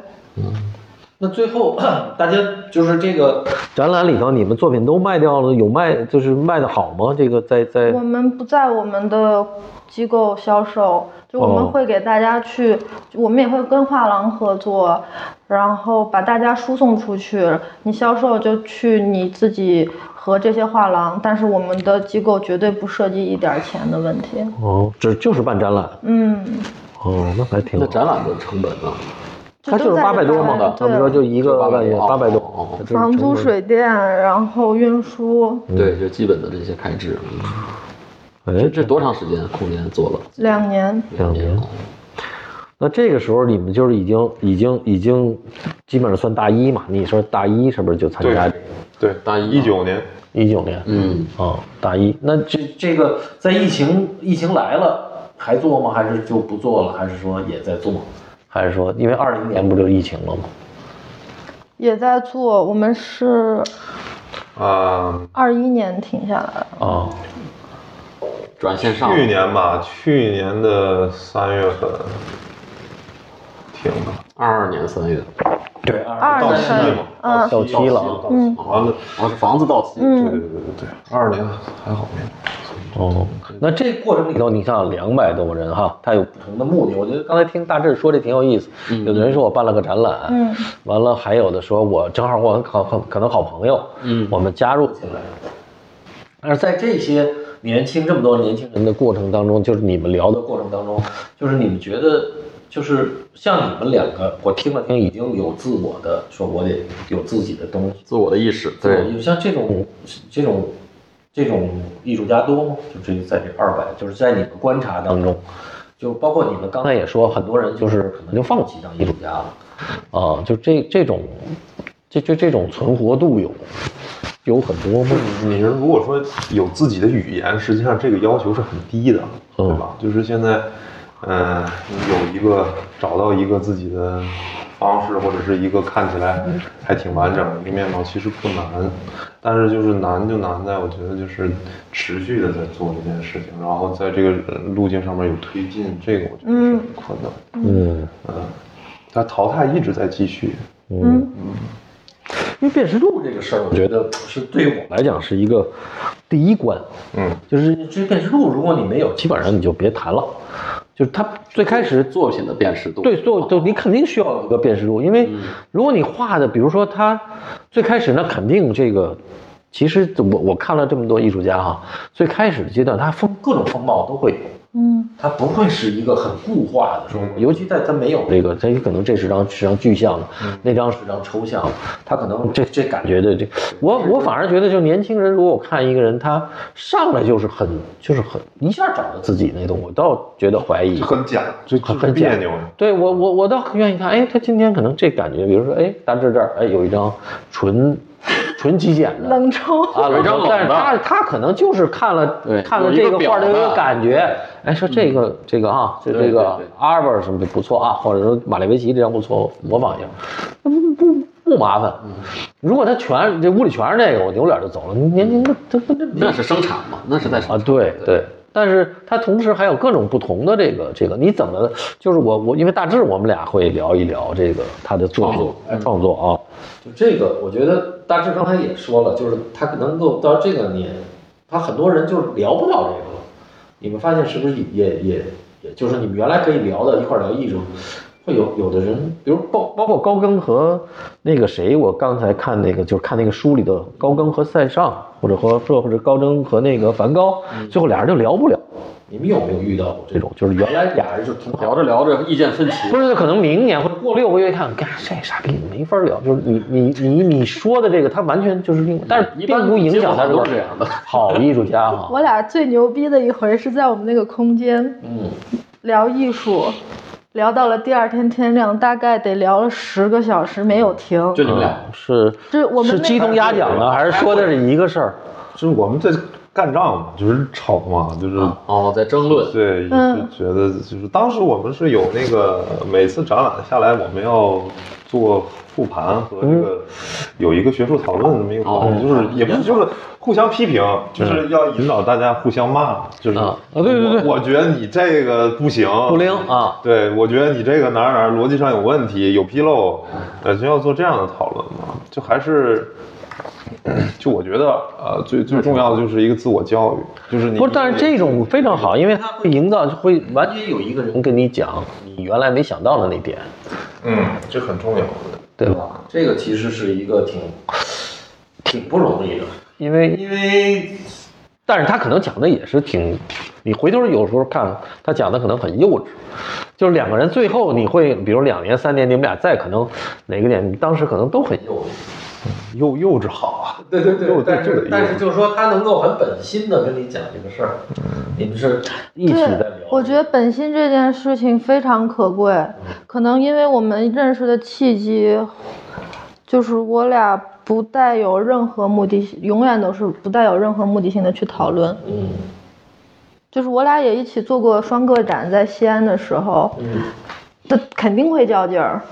A: 那最后 大家就是这个
E: 展览里头你们作品都卖掉了，有卖就是卖的好吗？这个在在
C: 我们不在我们的机构销售，就我们
E: 哦
C: 会给大家去，我们也会跟画廊合作，然后把大家输送出去。你销售就去你自己和这些画廊，但是我们的机构绝对不涉及一点儿钱的问题。
E: 哦，只就是办展览
C: 嗯，
E: 哦，那还挺
B: 那
E: 好。
B: 展览的成本呢？
C: 这
E: 它
C: 都
E: 就是
C: 在
E: 八百
C: 这
E: 多
C: 边
E: 嘛，他
C: 对嗯
E: 们说就一个
B: 就800
E: 半月
B: 哦
E: 八百多
B: 哦哦，
E: 这是
C: 房租、
E: 成本。
C: 水电，然后运输
E: 嗯
B: 对，就基本的这些开支。
E: 哎，
B: 这多长时间？空间做了
C: 两年。
E: 两年
B: 哦
E: 那这个时候你们就是已经已经已经基本上算大一嘛？你说大一是不是就参加
D: 对，
B: 大一
D: 一九年，
E: 一九年？
B: 嗯，
E: 哦，大一那
A: 这这个在疫情疫情来了还做吗？还是就不做了？还是说也在做？
E: 还是说，因为二零年不就疫情了吗？
C: 也在做，我们是
D: 啊、
C: 二一年停下来的，
E: 啊，
B: 转线上
D: 去年吧，去年的三月份停的，
B: 二二年三月，
A: 对，
C: 二
D: 到
C: 月
D: 期
C: 份
D: 嘛，
C: 嗯
E: 到期了啊。
C: 嗯
D: 完了，
B: 哦，是房子到期，
D: 对
C: 嗯
D: 对，对对对，二年还好没有。
E: 哦，那这过程里头，你看啊两百多个人哈，他有
A: 不同的目的，我觉得
E: 刚才听大志说这挺有意思，有的人说我办了个展览，
C: 嗯，
E: 完了还有的说我正好我可可可能好朋友，
B: 嗯
E: 我们加入进来。
A: 但是在这些年轻这么多年轻人
E: 人的过程当中，就是你们聊的
A: 的过程当中，就是你们觉得，就是像你们两个，我听了听，已经有自我的，说我得有自己的东西。
B: 自我的意识，对，
A: 有像这种这种这种艺术家多吗？就这在这二百，就是在你们观察当中，就包括你们刚才也说，很多人就是可能就放弃当艺术家了。
E: 啊，就这这种，这这这种存活度有有很多吗？
D: 你如果说有自己的语言，实际上这个要求是很低的，
E: 嗯
D: 对吧？就是现在，嗯、有一个找到一个自己的方式，或者是一个看起来还挺完整的一个面貌，其实不难。但是就是难就难在，我觉得就是持续的在做这件事情，然后在这个路径上面有推进，这个我觉得是很困难。
E: 嗯，
D: 但淘汰一直在继续，
C: 嗯，
E: 因为辨识度
A: 这个事儿，我觉得是对我
E: 来讲是一个第一关，
D: 嗯，
E: 就是
A: 这辨识度，如果你没有，
E: 基本上你就别谈了，就是他最开始
B: 作品的辨识度，
E: 对，所有都你肯定需要有一个辨识度，因为如果你画的，比如说他最开始那肯定这个，其实我我看了这么多艺术家哈、最开始的阶段他风
A: 各种风貌都会有。
C: 嗯，
A: 它不会是一个很固化的说，
D: 嗯
A: 尤其在它没有
E: 这个，他可能这是张是张具象的，
D: 嗯
E: 那张是
A: 这张抽象，它可能这这感
E: 感
A: 觉
E: 觉的这，我我反而觉得就年轻人，如果我看一个人他上来就是很就是很一下找到自己那种，我倒觉得怀疑。
D: 很假，就就
E: 很
D: 是
E: 很假
D: 别扭。
E: 对我我我倒愿意看，哎，他今天可能这感觉，比如说，哎，大致这儿，哎，有一张纯纯极简的，
C: 冷抽，
E: 啊，
B: 有一张冷的
E: 但是他他可能就是看了
B: 对
E: 看了
B: 有一
E: 这
B: 个
E: 个
B: 表
E: 画的
B: 的
E: 有感觉，哎，说这个这个啊，就这
B: 对对
E: 个
B: 对
E: 阿尔伯什么的不错啊，或者说马列维奇这张不错，模仿一下，那不不不麻烦。
B: 嗯
E: 如果他全这屋里全是这个，我扭脸就走了。年轻的他不这
B: 那是生产嘛，那是在生
E: 啊，
B: 产，
E: 对对。但是它同时还有各种不同的这个这个，你怎么就是我我因为大致我们俩会聊一聊这个他的作品创作啊，
A: 嗯就这个，我觉得大志刚才也说了，就是他可能够到这个年，他很多人就是聊不到这个了。你们发现是不是也也也就是你们原来可以聊的，一块儿聊艺术，会有有的人，比如
E: 包包括高更和那个谁，我刚才看那个就是看那个书里的高更和塞尚，或者和或或者高更和那个梵高，最后俩人就聊不了
A: 你们有没有遇到过这
E: 这
A: 种
E: 种，？就是
A: 原来
E: 原来
A: 俩人就挺好
B: 聊着聊着意见分歧，
E: 不是可能明年或者过六个月一看，干这傻逼没法聊，就是你你你你说的这个，他完全就是另，但是
B: 一般
E: 并不影响他
B: 都
E: 个
B: 是这样的
E: 好艺术家 哈、
C: 我俩最牛逼的一回是在我们那个空间
A: 嗯，
C: 聊艺术，聊到了第二天天亮，大概得聊了十个小时没有停。
B: 就你们俩，
E: 是
C: 这我们
E: 是
C: 那
E: 鸡同鸭讲呢，还是说的是一个事儿？
D: 就是我们在干仗嘛，就是吵嘛，
E: 嗯
D: 就是、
E: 啊
B: 哦，在争论，
D: 对，
C: 嗯
D: 就觉得就是当时我们是有那个每次展览下来，我们要做复盘和这个
E: 嗯
D: 有一个学术讨论这么一个环
B: 哦
D: 节，就是也不是就是互相批评，就是要引导大家互相骂，就是
E: 嗯啊啊对对对
D: 我我觉得你这个不行，
E: 不灵啊，
D: 对，我觉得你这个哪儿哪儿逻辑上有问题，有纰漏，呃，就要做这样的讨论嘛，就还是。就我觉得，呃，最最重要的就是一个自我教育，就是你
E: 不是，但是这种非常好，因为它会营造，会完全有一个人跟你讲你原来没想到的那点，
D: 嗯，这很重要。
E: 对吧？
A: 这个其实是一个挺挺不容易的，
E: 因为，
A: 因为
E: 但是他可能讲的也是挺，你回头有时候看他讲的可能很幼稚，就是两个人最后你会，比如两年三年你们俩再可能哪个点，你当时可能都很幼稚。
D: 幼幼稚好啊，
A: 对对对
D: 又，
A: 但
D: 又
A: 是
D: 又
A: 但是就是说他能够很本心的跟你讲这个事儿，你们是嗯
E: 一起在
C: 对
E: 聊，嗯
C: 我觉得本心这件事情非常可贵，可能因为我们认识的契机，就是我俩不带有任何目的性，永远都是不带有任何目的性的去讨论。
A: 嗯
C: 就是我俩也一起做过双个展，在西安的时候，
A: 嗯
C: 那肯定会较劲儿。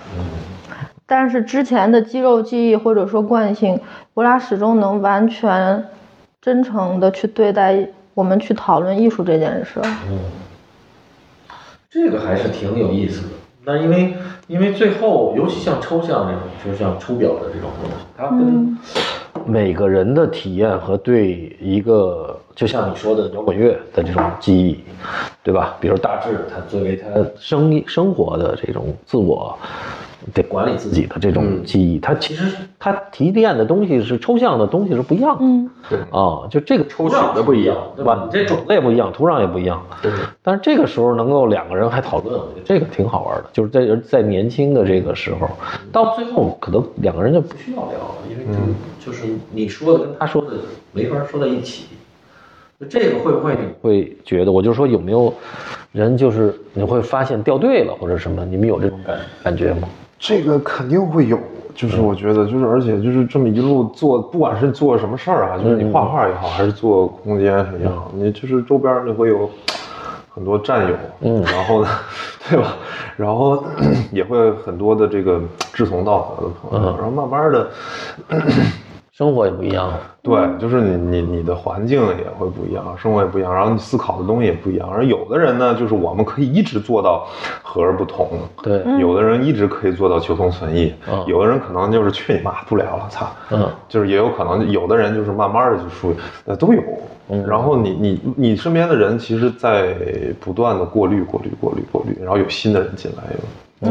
C: 但是之前的肌肉记忆或者说惯性，我俩始终能完全真诚的去对待我们去讨论艺术这件事儿。
A: 嗯，这个还是挺有意思的。那因为因为最后，尤其像抽象这种，就是像出表的这种东西，它跟、
C: 嗯
E: 每个人的体验和对一个，就像你说的摇滚乐的这种记忆，对吧？比如
A: 大
E: 大
A: 致它作为它
E: 呃生生活的这种自我得管理自己的这种记忆，它其实它提炼的东西是抽象的东西是不一样的
C: 嗯，
E: 啊，就这个抽
B: 抽取的不一样，
E: 对
A: 对
E: 吧
A: 吧？？
E: 你
A: 你
E: 这
A: 这
E: 种
A: 种
E: 类不一样，土壤也不一样，
B: 对，
E: 但是这个时候能够两个人还讨论，我觉得这个挺好玩的，就是在在年轻的这个时候，到最后可能两个人就不
A: 不需要聊了，因为就就是你说的跟他说的没法说在一起。就这个会不会你
E: 会觉得，我就说有没有人就是你会发现掉队了或者什么，你们有这种感感觉吗？
D: 这个肯定会有，就是我觉得，就是而且就是这么一路做，不管是做什么事儿啊，就是你画画也好，还是做空间也好，你就是周边你会有很多战友，嗯，然后呢， 对吧？然后 也会很多的这个志同道合的朋友，然后慢慢的，
E: 生活也不一样了，
D: 对，就是你你你的环境也会不一样，生活也不一样，然后你思考的东西也不一样。而有的人呢，就是我们可以一直做到和而不同，
E: 对，
D: 有的人一直可以做到求同存异，
E: 嗯
D: 有的人可能就是去你妈不聊了，操，
E: 嗯，
D: 就是也有可能有的人就是慢慢的就属于呃都有，
E: 嗯
D: 然后你你你身边的人其实，在不断的过滤过滤过滤过滤，然后有新的人进来，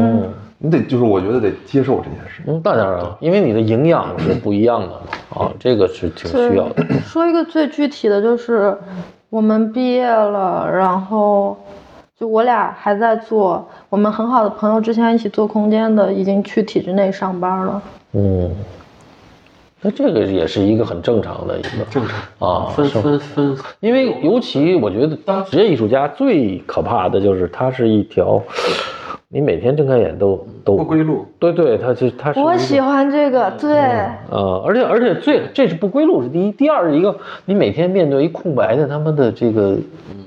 D: 有
E: 嗯
D: 你得就是我觉得得接受这件事，
E: 嗯，那当然了，因为你的营养是不一样的嘛，啊，这个是挺需要的，
C: 对说一个最具体的，就是我们毕业了，然后就我俩还在做，我们很好的朋友之前一起做空间的，已经去体制内上班了。
E: 嗯，那这个也是一个很正常的一个
B: 正常
E: 啊，
B: 分
E: 生
B: 分分，
E: 因为尤其我觉得当职业艺术家最可怕的就是它是一条，你每天睁开眼都都
B: 不归路，
E: 对对，它就它是
C: 我
E: 一个嗯
C: 喜欢这个，对，
E: 呃，而且而且最这是不归路是第一，第二是一个你每天面对一空白的他们的这个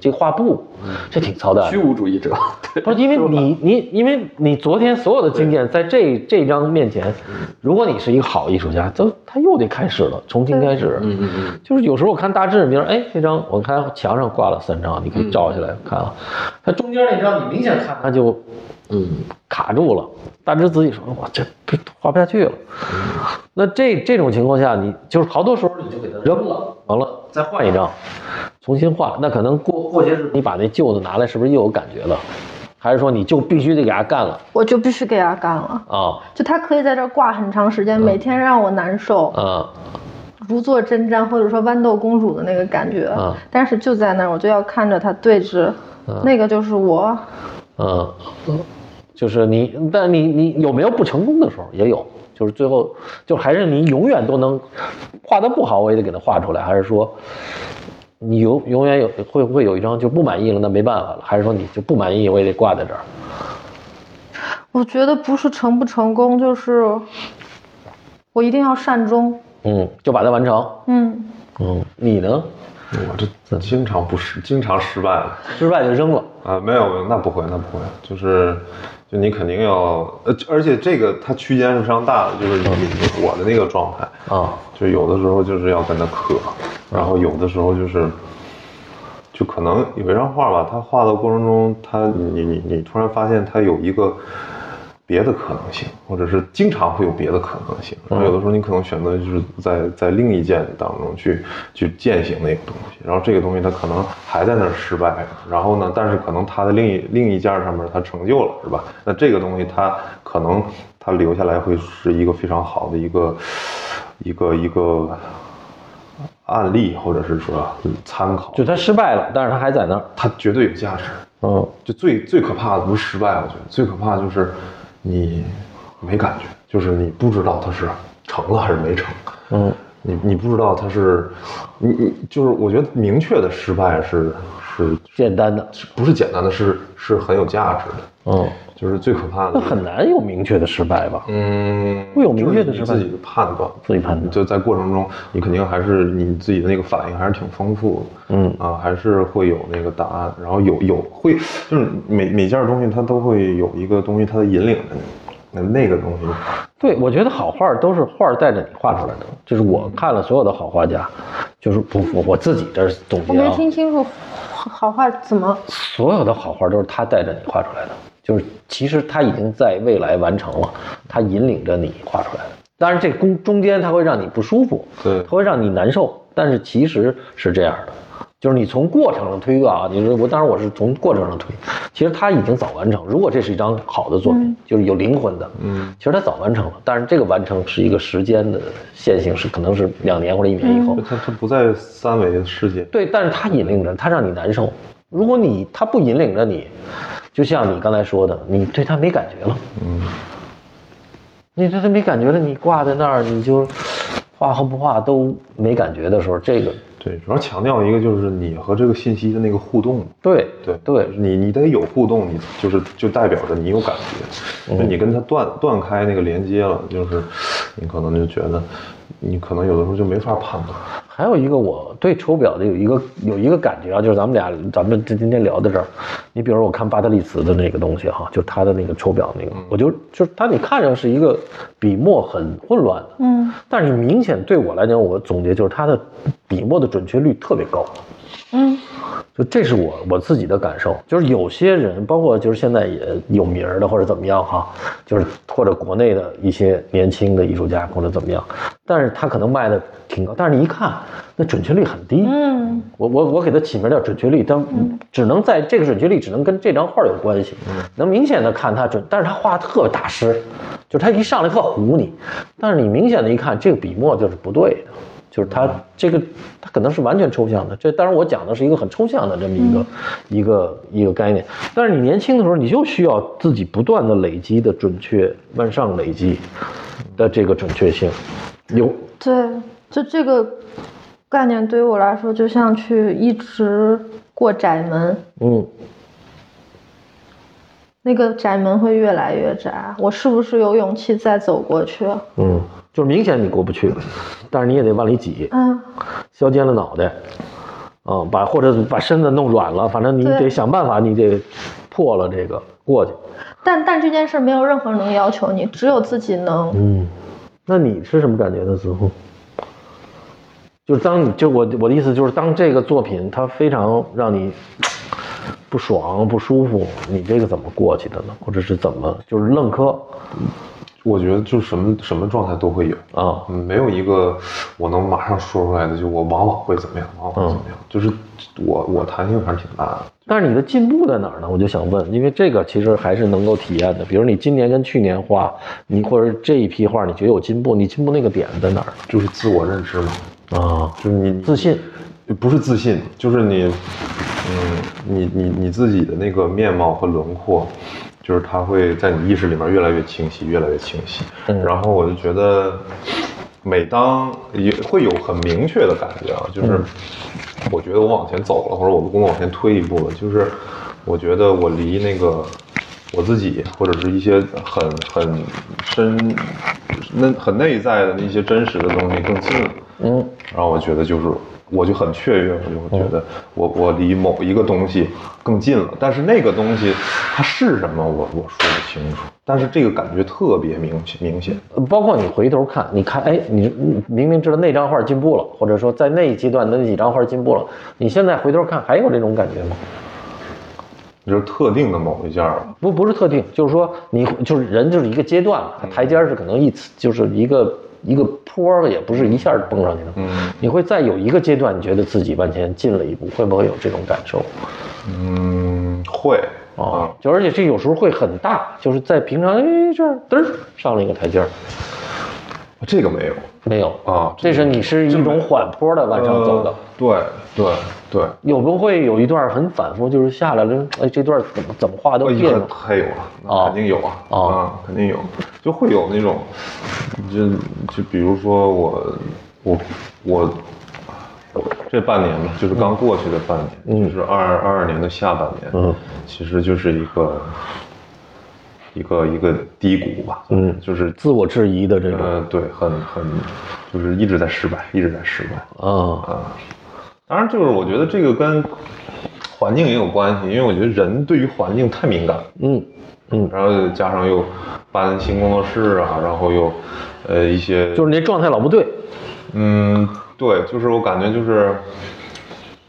E: 这画布，
B: 嗯
E: 这挺操蛋
B: 虚
E: 的。
B: 无主义者，对，
E: 不是因为你你因为你昨天所有的经验在这这张面前，如果你是一个好艺术家，都他又得开始了，重新开始。
B: 嗯嗯嗯，
E: 就是有时候我看大致，比如哎这张我看墙上挂了三张，你可以照下来看啊，它中
A: 中间那张你明显看
E: 它就
B: 嗯，
E: 卡住了。大志自己说：“我这不画不下去了。”那这这种情况下，你就是好多时候你
A: 你
E: 就
A: 就给它
E: 扔
A: 扔了，
E: 完了再换一张，重新画。那可能过
A: 过些日子
E: 你把那旧的拿来，是不是又有感觉了？还是说你就必须得给它干了
C: 我就必须给他干了。
E: 啊
C: 就他可以在这儿挂很长时
E: 嗯
C: 间，每天让我难受，
E: 啊
C: 如坐针毡，或者说豌豆公主的那个感觉。
E: 嗯
C: 但是就在那儿，我就要看着他对峙，那个就是我。
E: 啊！就是你，但你你有没有不成功的时候？也有，就是最后就还是你永远都能画的不好，我也得给它画出来，还是说？你永永远有会不会有一张就不满意了？那没办法了，还是说你就不满意，我也得挂在这儿。
C: 我觉得不是成不成功，就是我一定要善终。
E: 嗯，就把它完成。
C: 嗯，
E: 嗯，你呢？
D: 我这经常不失，经常失败了
E: 失败就扔了。
D: 啊！没有，那不会，那不会，就是就你肯定要，呃，而且这个它区间是非常大的，就是你我的那个状态，
E: 啊，
D: 就有的时候就是要跟他磕，然后有的时候就是，就可能有一张画吧，他画的过程中，他你你你突然发现他有一个别的可能性，或者是经常会有别的可能性，然后有的时候你可能选择就是在在另一件当中去去践行那个东西，然后这个东西它可能还在那儿失败，然后呢，但是可能它的另一另一件上面它成就了，是吧？那这个东西它可能它留下来会是一个非常好的一个。一个一个案例，或者是说参考，
E: 就他失败了，但是他还在那儿。
D: 它绝对有价值。
E: 嗯，
D: 就最最可怕的不是失败，我觉得最可怕的就是你没感觉，就是你不知道它是成了还是没成。
E: 嗯，
D: 你你不知道它是，你你就是我觉得明确的失败是是
E: 简单的。
D: 是不是简单的，是是很有价值的，
E: 嗯，
D: 就是最可怕
E: 那
D: 的。
E: 很难有明确的失败吧？
D: 嗯，
E: 会有明确的
D: 就是你
E: 失败
D: 自己的判断，
E: 自己判断
D: 你就在过程中，你肯定还是你自己的那个反应还是挺丰富的，
E: 嗯
D: 啊，还是会有那个答案，然后有有会就是每每件东西它都会有一个东西它的引领着你，那那个东西，
E: 对，我觉得好画都是画带着你画出来的。就是我看了所有的好画家，就是不我我自己这是总
C: 我
E: 结
C: 没
E: 啊，
C: 听清楚好话怎么
E: 所有的好画都是他带着你画出来的。就是其实他已经在未来完成了，他引领着你画出来的。当然，这中中间他会让你不舒服，
D: 对
E: 它会让你难受，但是其实是这样的，就是你从过程上推断啊，你说我当然我是从过程上推，其实它已经早完成。如果这是一张好的作
C: 嗯
E: 品，就是有灵魂的，
D: 嗯，
E: 其实它早完成了，但是这个完成是一个时间的线性，是可能是两年或者一年以后，
D: 就它它不在三维的世界，
E: 对，但是它引领着，它让你难受。如果你它不引领着你，就像你刚才说的，你对它没感觉了。
D: 嗯，
E: 你对它没感觉了，你挂在那儿，你就画和不画都没感觉的时候，这个
D: 对，主要强调一个就是你和这个信息的那个互动，
E: 对
D: 对
E: 对
D: 你你得有互动，你就是就代表着你有感觉，就你跟他断断开那个连接了，就是你可能就觉得，你可能有的时候就没法判断。
E: 还有一个我对手表的有一个有一个感觉啊，就是咱们俩咱们今今天聊到这儿，你比如我看巴特利茨的那个东西哈、就他的那个手表那个，我就就是他你看上是一个笔墨很混乱的，
C: 嗯
E: 但是明显对我来讲，我总结就是他的笔墨的准确率特别高。
C: 嗯
E: 就这是我我自己的感受，就是有些人，包括就是现在也有名儿的或者怎么样哈，就是或者国内的一些年轻的艺术家或者怎么样，但是他可能卖的挺高，但是你一看那准确率很低。
C: 嗯
E: 我我我给它起名叫准确率，但只能在这个准确率只能跟这张画有关系，能明显的看它准，但是它画得特别大师，就是它一上来特唬你，但是你明显的一看这个笔墨就是不对的，就是它这个它可能是完全抽象的，这当然我讲的是一个很抽象的这么一个、一个一个概念，但是你年轻的时候你就需要自己不断的累积的准确往上累积的这个准确性，有
C: 对，就这个概念对于我来说，就像去一直过窄门，
E: 嗯
C: 那个窄门会越来越窄。我是不是有勇气再走过去？
E: 嗯，就是明显你过不去，但是你也得往里挤。
C: 嗯，
E: 削尖了脑袋，啊，把或者把身子弄软了，反正你
C: 对
E: 得想办法，你得破了这个过去。
C: 但但这件事没有任何人能要求你，只有自己能。
E: 嗯，那你是什么感觉呢，子乎？就是当你就我我的意思就是，当这个作品它非常让你不爽不舒服，你这个怎么过去的呢？或者是怎么就是愣磕
D: 我觉得就是什么什么状态都会有，
E: 啊？
D: 嗯，没有一个我能马上说出来的，就我往往会怎么样，往往会怎么样，就是我我弹性还是挺大的。
E: 但是你的进步在哪儿呢？我就想问，因为这个其实还是能够体验的。比如你今年跟去年画，你或者这一批画，你觉得有进步，你进步那个点在哪儿呢？
D: 就是自我认知嘛，
E: 啊，
D: 就是你你
E: 自信，
D: 不是自信，就是你，嗯，你你你自己的那个面貌和轮廓，就是它会在你意识里面越来越清晰，越来越清晰。
E: 嗯
D: 然后我就觉得，每当也会有很明确的感觉啊，就是我觉得我往前走了，或者我的工作往前推一步了，就是我觉得我离那个我自己或者是一些很很深、那很内在的一些真实的东西更近了。
E: 嗯，
D: 然后我觉得就是，我就很雀跃，我就觉得我我离某一个东西更近了，但是那个东西它是什么，我我说不清楚，但是这个感觉特别明显明显。
E: 包括你回头看，你看，哎，你你明明知道那张画进步了，或者说在那一阶段的那几张画进步了，你现在回头看还有这种感觉吗？
D: 就是特定的某一件儿，
E: 不，不是特定，就是说你就是人就是一个阶段嘛，
D: 嗯
E: 它台阶儿是可能一次就是一个一个坡儿，也不是一下儿蹦上去的。
D: 嗯
E: 你会再有一个阶段，你觉得自己往前进了一步，会不会有这种感受？
D: 啊嗯，会
E: 啊
D: 啊，，
E: 就而且这有时候会很大，就是在平常哎这儿嘚儿上了一个台阶儿，
D: 这个没有
E: 没有，
D: 啊，
E: 这是你是一种缓坡的往上走的
D: 呃。对对对，
E: 有不会有一段很反复，就是下来了，哎，这段怎么怎么画都
D: 我
E: 别扭。
D: 还哦有啊，
E: 啊
D: 那肯定有啊，
E: 啊
D: 啊，肯定有，就会有那种，就就比如说我我我这半年吧，就是刚过去的半年，就是二二二年的下半年，
E: 嗯，
D: 其实就是一个一个一个低谷吧，
E: 嗯
D: 就是
E: 自我质疑的这种，
D: 呃，对，很很就是一直在失败，一直在失败，
E: 啊，
D: 当然，就是我觉得这个跟环境也有关系，因为我觉得人对于环境太敏感了，
E: 嗯嗯，
D: 然后加上又搬新工作室啊，然后又呃一些，
E: 就是那状态老不对，
D: 嗯，对，就是我感觉就是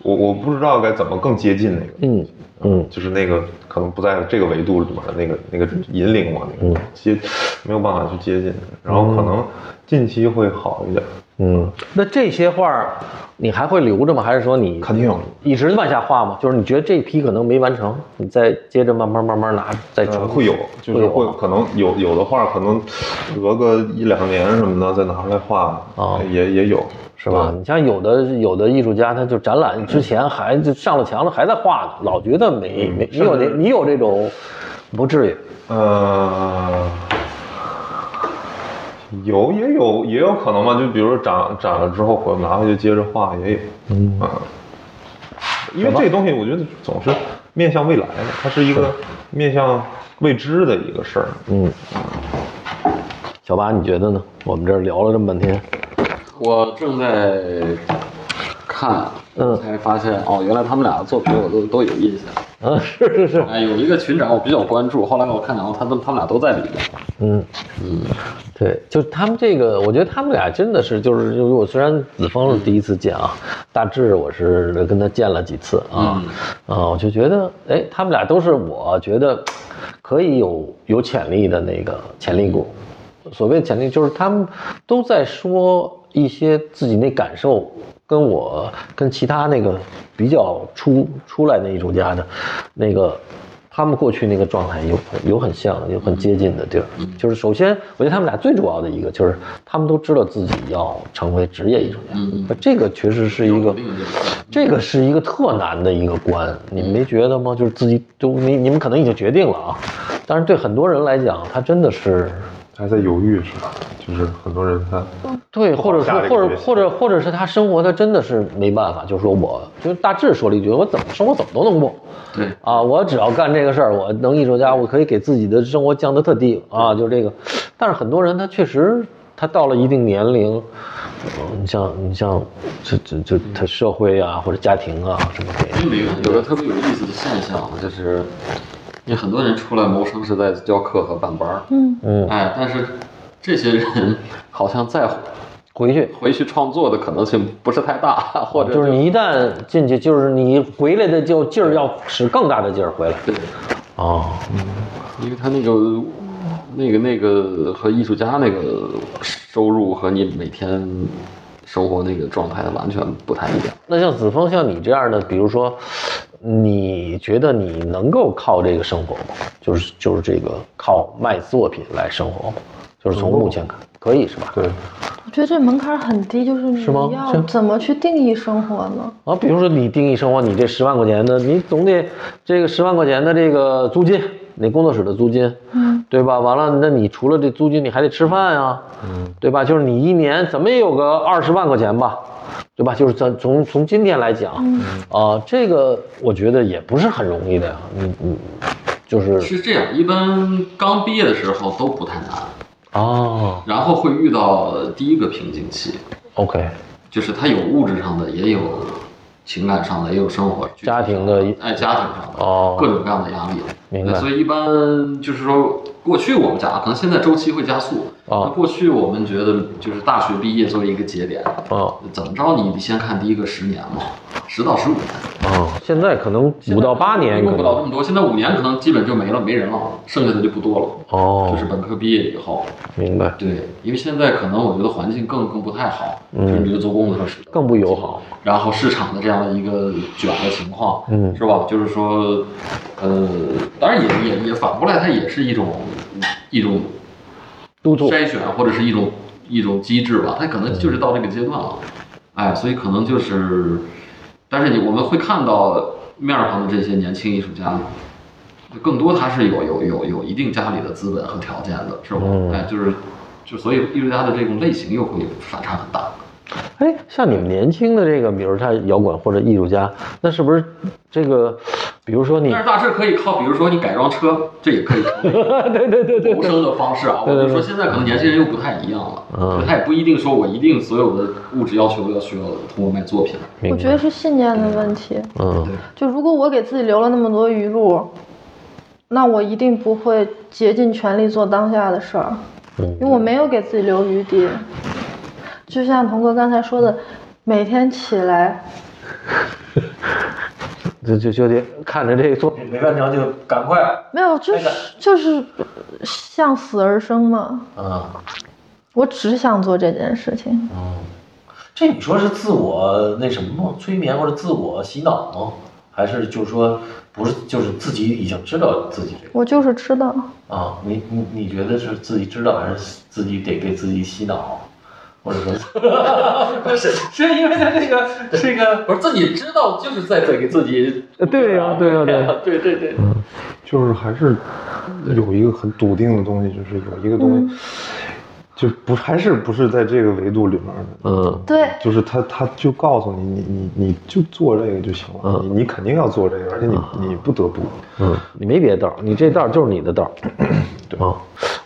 D: 我我不知道该怎么更接近那个，
E: 嗯嗯
D: 就是那个可能不在这个维度里面的那个那个引领我那个
E: 嗯
D: 接没有办法去接近，然后可能近期会好一点，
E: 嗯。那这些画儿你还会留着吗？还是说你
D: 肯定有。
E: 一直往下画吗？就是你觉得这一批可能没完成，你再接着慢慢慢慢拿，再重
D: 呃，
E: 复
D: 会有，就
E: 会
D: 是
E: 有
D: 会
E: 啊
D: 可能有有的画，可能隔个一两年什么的再拿出来画，哎
E: 哦
D: 也也有，
E: 是吧？嗯你像有的有的艺术家，他就展览之前还就上了墙了，还在画呢，老觉得没没你有那你有这种不至于，
D: 呃，有也有也有可能吧，就比如说展展了之后，我拿回去接着画也有，嗯、因为这东西我觉得总是面向未来的，它是一个面向未知的一个事儿。
E: 嗯。小八，你觉得呢？我们这儿聊了这么半天，
B: 我正在看，
E: 嗯
B: 才发现哦，原来他们俩的作品我都都有印象。
E: 啊，是是是，
B: 哎，有一个群展我比较关注，后来我看，然后他们他们俩都在里面。
E: 嗯，对，就是他们这个，我觉得他们俩真的是，就是就是我虽然子枫是第一次见啊，大志我是跟他见了几次啊，啊，我就觉得，哎，他们俩都是我觉得可以有有潜力的那个潜力股。所谓的潜力，就是他们都在说一些自己那感受，跟我跟其他那个比较出出来的艺术家的那个他们过去那个状态有有很像，有很接近的地儿。就是首先，我觉得他们俩最主要的一个就是他们都知道自己要成为职业艺术家，那嗯这个确实是一个，嗯这个是一个特难的一个关，你没觉得吗？就是自己都你你们可能已经决定了啊，但是对很多人来讲，他真的是。
D: 还在犹豫是吧？就是很多人他
E: 对，
D: 不好
E: 或者
D: 下这个
E: 说，或者
D: 决心
E: 或者或者是他生活，他真的是没办法，就是说我，就是大致说了一句，我怎么生活怎么都能过
B: 对，
E: 啊，我只要干这个事儿，我能艺术家，我可以给自己的生活降得特低啊，就这个。但是很多人他确实，他到了一定年龄，呃你像你像这这这他社会啊或者家庭啊什么给，
B: 没有有个特别有意思的现象，就是因为很多人出来谋生是在教课和办班儿，
C: 嗯
E: 嗯，
B: 哎，但是这些人好像再
E: 回去。啊
B: 回去创作的可能性不是太大，或者
E: 就是你一旦进去，就是你回来的就劲儿要使更大的劲儿回来
B: 对，
E: 哦，
B: 因为他那个那个那个和艺术家那个收入和你每天生活那个状态完全不太一样。
E: 那像子枫，像你这样的，比如说，你觉得你能够靠这个生活吗？就是就是这个靠卖作品来生活吗？就是从目前看，可以是吧？
D: 对
C: 我觉得这门槛很低，就是你
E: 是吗这
C: 要
E: 样
C: 怎么去定义生活呢？
E: 啊，比如说你定义生活，你这十万块钱的，你总得这个十万块钱的这个租金，你工作室的租金，
C: 嗯，
E: 对吧？完了，那你除了这租金，你还得吃饭呀、
D: 嗯
E: 对吧？就是你一年怎么也有个二十万块钱吧，对吧？就是咱从从今天来讲，啊、这个我觉得也不是很容易的呀。你你就是
B: 是这样，一般刚毕业的时候都不太难，
E: 哦
B: 然后会遇到第一个瓶颈期，
E: ，OK，
B: 就是他有物质上的，也有情感上的，也有生活
E: 家庭的
B: 哎家庭上的
E: 哦
B: 各种各样的压力。
E: 明白
B: 呃所以一般就是说，过去我们讲，啊可能现在周期会加速。
E: 哦
B: 那过去我们觉得就是大学毕业作为一个节点，
E: 哦
B: 怎么着你得先看第一个十年嘛，十到十五年。
E: 哦，现在可能五到八年
B: 用
E: 可
B: 不了这
E: 能
B: 么多，现在五年可能基本就没了，没人了，剩下的就不多了。
E: 哦
B: 就是，本科毕业以后，
E: 明白。
B: 对，因为现在可能我觉得环境更更不太好，
E: 嗯
B: 就是你的做工作是
E: 更不友好，
B: 然后市场的这样的一个卷的情况，
E: 嗯
B: 是吧？就是说，呃，当然也也也反过来，它也是一种一种
E: 督促
B: 筛选或者是一种一种机制吧，它可能就是到这个阶段了，哎，所以可能就是，但是你我们会看到面儿上的这些年轻艺术家，更多他是有有有有一定家里的资本和条件的，是吧？
E: 嗯
B: 哎，就是就所以艺术家的这种类型又会反差很大，
E: 哎，像你们年轻的这个，比如他摇滚或者艺术家，那是不是这个，比如说你
B: 但是大致可以靠，比如说你改装车，这也可以成为
E: 对对对对
B: 谋生的方式啊。我
E: 对对
B: 就
E: 对
B: 说现在可能年轻人又不太一样了，
E: 嗯
B: 就他也不一定说我一定所有的物质要求要需要通过卖作品。
E: 明
C: 我
E: 白
C: 觉得是信念的问题。
E: 嗯
C: 就如果我给自己留了那么多余路，那我一定不会竭尽全力做当下的事儿，因为
E: 嗯
C: 我没有给自己留余地。就像童哥刚才说的，每天起来，
E: 就就就得看着这个作品，
A: 没办成就赶快
C: 没有，就是就是向死而生嘛。
A: 啊。嗯
C: 我只想做这件事情，
A: 这你说是自我呃那什么吗？催眠或者自我洗脑吗？还是就是说不是就是自己已经知道自己这
C: 我就是吃的。
A: 个啊？你你你觉得是自己知道还是自己得给自己洗脑？或者说，不是是因为他这个这个
B: 不是自己知道，就是在给自己。
E: 呃对呀、对啊呀、 对、
B: 对对对，
D: 就是还是有一个很笃定的东西，就是有一个
E: 嗯
D: 东
C: 嗯
D: 西，就不还是不是在这个维度里面的，
A: 呃
E: 嗯
C: 对，
D: 就是他他就告诉你，你你你就做这个就行了，
E: 嗯
D: 你你肯定要做这个，而且你你不得不，
E: 嗯，你没别的道儿，你这道儿就是你的道儿，
D: 对
E: 啊。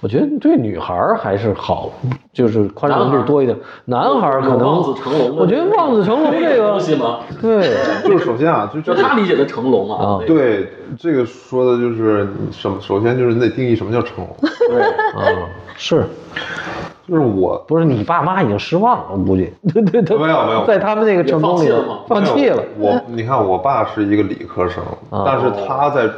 E: 我觉得对女孩儿还是好，就是宽容度多一点。男孩儿可能
B: 望子成龙的
E: 我觉得望子成龙这
B: 东
E: 个，
B: 西吗？
E: 对，
D: 就是首先啊，就
B: 就
D: 这个
B: 他理解的成龙
E: 啊
B: 啊，那个
D: 对这个说的就是什么，首先就是你得定义什么叫成 功，
E: 啊，是，
D: 就是我
E: 不是你爸妈已经失望了，我估计，对对对，
D: 没有没有
E: 在他们那个成功里
B: 也放弃了吗
E: 放弃了，
D: 我你看，我爸是一个理科生，
E: 啊
D: 但是他在，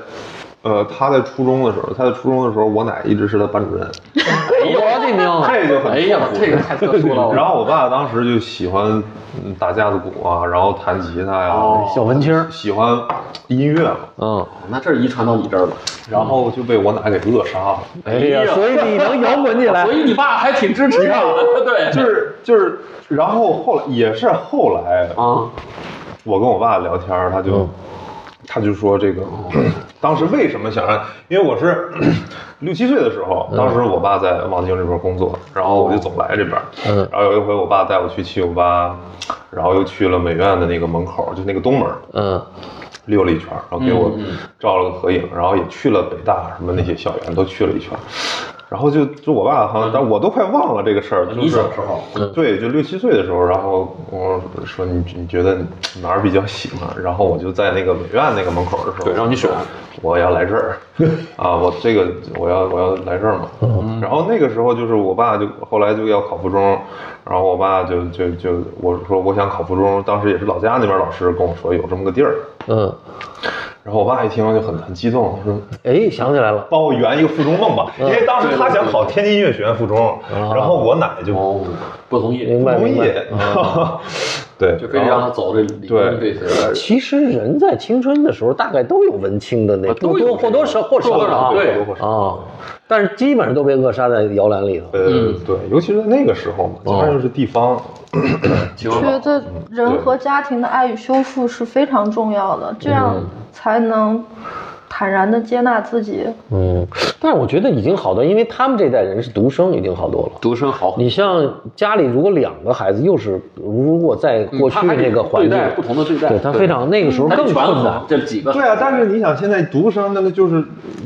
D: 呃，他在初中的时候，他在初中的时候，我奶一直是他班主任，
E: 我的娘，
D: 这就很
B: 哎呀，这个太特殊
E: 哦
B: 了。
D: 然后我爸当时就喜欢嗯打架子鼓啊，然后弹吉他呀、
E: 小文青儿，
D: 喜欢音乐嘛，
E: 嗯，
B: 那这儿遗传到你这儿了，
D: 然后就被我奶给扼杀了。
E: 哎呀，所以你能摇滚起来
B: 所，以你爸还挺支持啊 你的，对，
D: 就是就是，然后后来也是后来，
B: 啊，
D: 我跟我爸聊天儿，他就、他就说这个， 当时为什么想让？因为我是 六七岁的时候，当时我爸在望京这边工作，然后我就总来这边儿。
E: 嗯
D: 然后有一回，我爸带我去七九八，然后又去了美院的那个门口，就那个东门
E: 嗯，
D: 溜了一圈儿，然后给
B: 嗯
D: 我照了个合影，然后也去了北大什么那些校园都去了一圈儿。然后就就我爸好像，但我都快忘了这个事儿。就是
B: 嗯你小时候，嗯
D: 对，就六七岁的时候，然后我说你你觉得哪儿比较喜欢？然后我就在那个美院那个门口的时候，
B: 对让你选
D: 我要来这 儿啊，我这个我要我要来这儿嘛。
B: 嗯
D: 然后那个时候就是我爸就后来就要考附中，然后我爸就就就我说我想考附中，当时也是老家那边老师跟我说有这么个地儿，
E: 嗯，
D: 然后我爸一听就很很激动，说嗯
E: 哎，想起来了，
D: 帮我圆一个附中梦吧，因为当时他想考天津音乐学院附中，然后我奶就
B: 哦，不同意，
E: 明白
D: 同
E: 明
D: 意
E: 白。，
D: 啊对，
B: 就非得让他走这理论这
D: 对
B: 些。
E: 其实人在青春的时候，大概都有文青的那
B: 啊都
E: 多
B: 有
E: 多或多或少的啊，
B: 对
E: 啊，但是基本上都被扼杀在摇篮里头。
D: 呃，对，尤其是在那个时候嘛，加上又是 地方，
C: 觉得人和家庭的爱与修复是非常重要的，这样才能坦然的接纳自己。
E: 嗯，但是我觉得已经好多，因为他们这代人是独生，已经好多了。
B: 独生好很多。
E: 你像家里如果两个孩子，又是如果在过去
B: 嗯他还得
E: 那个环
B: 对
E: 境
B: 待，不同的对待
E: 对他非常那个时候
B: 他
E: 更
B: 全
E: 困难
B: 好。，这几个
D: 对啊，但是你想，现在独生那个就是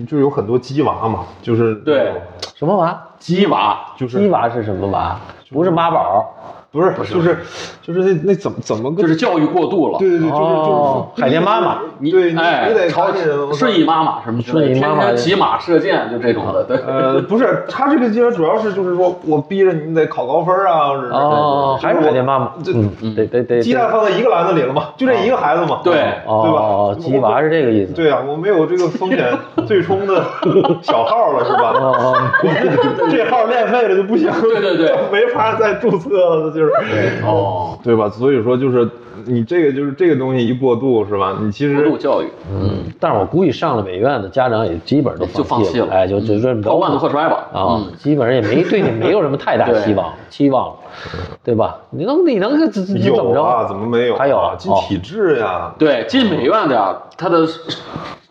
D: 就有很多鸡娃嘛，就是
B: 对，
E: 什么娃？
B: 鸡娃，
D: 就是
E: 鸡娃是什么娃？不是妈宝，
D: 不是不是就是就是那那怎么怎么个
B: 就是教育过度了。
D: 对对对，就是就是
E: 哦海绵妈妈
D: 你
B: 对
D: 对
B: 你
D: 你
B: 哎，
D: 你得
B: 朝
D: 看见我操
B: 顺义妈妈什么之类的，
E: 顺义妈妈
B: 天天骑马射箭就这种的，对。
D: 呃，不是，他这个阶段主要是就是说我逼着你得考高分啊，或者是
E: 哦，还是海绵妈妈，
D: 这
E: 嗯，得得得，
D: 鸡蛋放在一个篮子里了嘛，就这一个孩子嘛，
B: 对
D: 对吧？
E: 哦，鸡娃是这个意思。
D: 对啊，我没有这个风险对冲 的小号了，是吧？
E: 哦，
D: 这号练废了就不行，
B: 对对对，
D: 没法再注册了，就是，
B: 哦，
D: 对吧？所以说就是你这个就是这个东西一过渡是吧？你其
B: 过
D: 实
B: 度教育，嗯，
E: 但是我估计上了美院的家长也基本都
B: 就放弃
E: 弃
B: 了，
E: 哎，就就说
B: 早晚都会摔吧，
E: 啊
B: 嗯，，
E: 基本上也没对你没有什么太大
B: 对
E: 希望，期望，对吧？你能你能这这这怎么
D: 有啊，
E: 着？
D: 怎么没有啊？
E: 还有啊
D: 进体制呀，
B: 对，进美院的呀，他的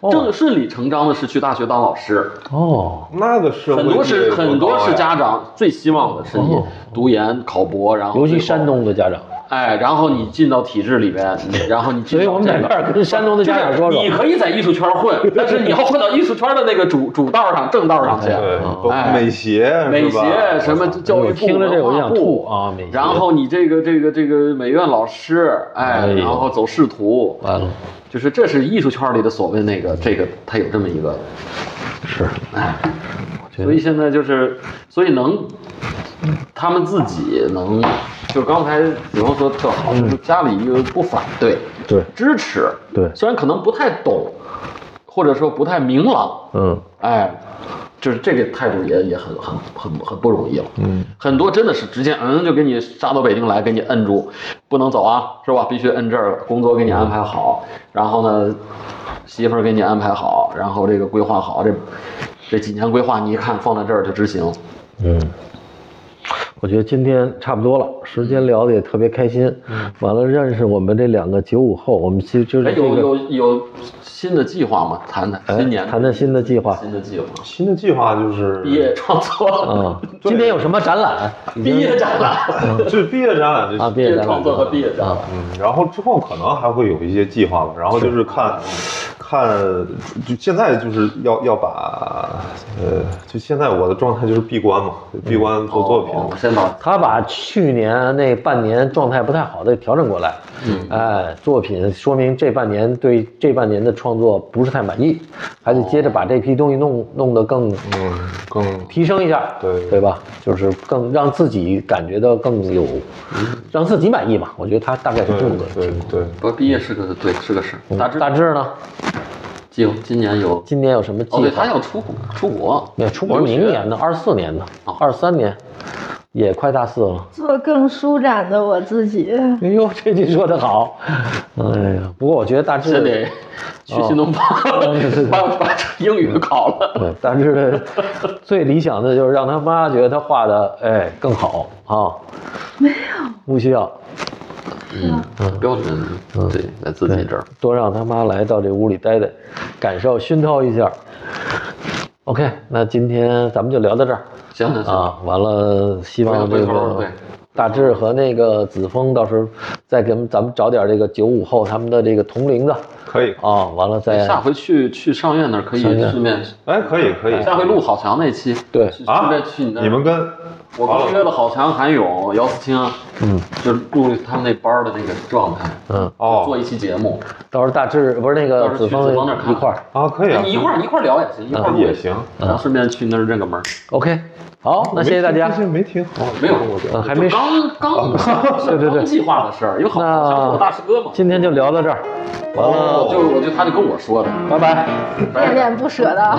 B: 正顺理成章的是去大学当老师，
E: 哦，
D: 那个社会
B: 很多
D: 地位
B: 是
D: 多
B: 很多
D: 高
B: 是
D: 呀
B: 家长最希望的是你读研考博，然后
E: 哦尤其
B: 最后
E: 山，东的家长，
B: 哎，然后你进到体制里边，然后你进
E: 所以
B: 到
E: 我们
B: 这
E: 在
B: 个
E: 这儿跟山东的家长说
B: 就是你，
E: 说
B: 可以在艺术圈混，但是你要混到艺术圈的那个主主道上、正道上去。
D: 对，
B: 哎
D: 包美协、
B: 美
D: 是吧
B: 协什么教育
E: 我
B: 部、
E: 哎听着这我就
B: 文
E: 想
B: 化
E: 吐
B: 部，
E: 啊！美
B: 然后你这个这个这个美院老师，哎，
E: 哎呦
B: 然后走仕途，
E: 完了，
B: 就是这是艺术圈里的所谓那个这个，他有这么一个，
E: 是，
B: 哎，
E: 觉得
B: 所以现在就是，所以能他们自己能，就是刚才子龙说得特好，就是家里又不反对，
E: 嗯对
B: 支持，
E: 对
B: 虽然可能不太懂，或者说不太明朗，
E: 嗯，
B: 哎，就是这个态度也也很很很很不容易了。
D: 嗯，
B: 很多真的是直接嗯就给你杀到北京来，给你摁住，不能走啊，是吧？必须摁这儿，工作给你安排好，然后呢，媳妇儿给你安排好，然后这个规划好，这这几年规划你一看放在这儿就执行。
E: 嗯，我觉得今天差不多了，时间聊的也特别开心。完了，认识我们这两个九五后，我们其实就
B: 嗯
E: 是
B: 哎，
E: 这
B: 有
E: 个哎
B: 有有新的计划吗？谈谈新年，
E: 谈谈新的计划
B: 新的计划，
D: 新的计划就是
B: 毕业创作，
E: 啊。今天有什么展览？
B: 毕业展览，
D: 就是毕业展览这
E: 啊毕
B: 毕
E: 业
B: 业
E: 展览
B: 创作和毕业展览。
D: 嗯，然后之后可能还会有一些计划吧，然后就是看，看，就现在就是要要把，呃，就现在我的状态就是闭关嘛，就闭关做作品，
B: 哦我先把
E: 他把去年那半年状态不太好的调整过来，嗯，哎，作品说明这半年对这半年的创作不是太满意，还得接着把这批东西弄弄得更
B: 哦
D: 嗯，更
E: 提升一下，
D: 对
E: 对吧？就是更让自己感觉到更有，让自己满意嘛。我觉得他大概是
D: 对
E: 这么个
D: 对
E: 情况。
D: 对，
B: 不，毕业是个对，是个事儿。大致
E: 嗯大致呢，
B: 计划今年有
E: 今年有什么计
B: 哦，
E: 划？
B: 对他要出国出国，
E: 没有出国
B: 留学
E: 明年呢，二四年呢，
B: 哦
E: 二三年也快大四了。
C: 做更舒展的我自己。
E: 哎呦，这句说得好，哎呀，不过我觉得大致
B: 先得去新东方，
E: 哦对对 对嗯
B: 把把英语考 了。
E: 对，但是呢，最理想的就是让他妈觉得他画的哎更好啊。没有，不需要，
B: 嗯，标准对，在自己这儿。
E: 多让他妈来到这屋里待待，感受熏陶一下。OK，那今天咱们就聊到这儿
B: 行行行，
E: 啊。完了，希望这
B: 回头
E: 个
B: 对
E: 大志和那个子枫到时候再给咱们找点这个九五后他们的这个同龄的
D: 可以，
E: 啊。完了再
B: 下回去去上院那儿可以
E: 上院
B: 顺便，
D: 哎，可以可以，
B: 下回录郝强那期，
E: 对
B: 去顺
D: 啊
B: 便去你那，儿。
D: 你们跟
B: 我刚约了郝强、韩勇、姚思清，嗯，就录他们那班儿的那个状态，
E: 嗯，
B: 做
D: 哦
B: 一期节目，
E: 到时候大志不是那
B: 到时
E: 个
B: 候
E: 子
B: 去子
E: 枫
B: 枫那儿看
E: 一块儿。
D: 啊，可以啊
B: 哎，你一块儿一块儿聊也行，一块儿
D: 嗯
B: 录
D: 也行，
B: 然后顺便去那儿认个门儿。
E: OK，好，那谢谢大家
D: 这。些没听好，
B: 没有
D: 我觉得
E: 嗯，还没
B: 就刚 刚
E: 对对对
B: 刚计划的事儿，因为好
E: 那
B: 像是我大师 哥嘛，
E: 今天就聊到这儿，完了，
D: 哦
B: 就是我就他就跟我说的，
E: 拜拜。
B: 拜
C: 恋
B: 拜。
C: 恋不舍的。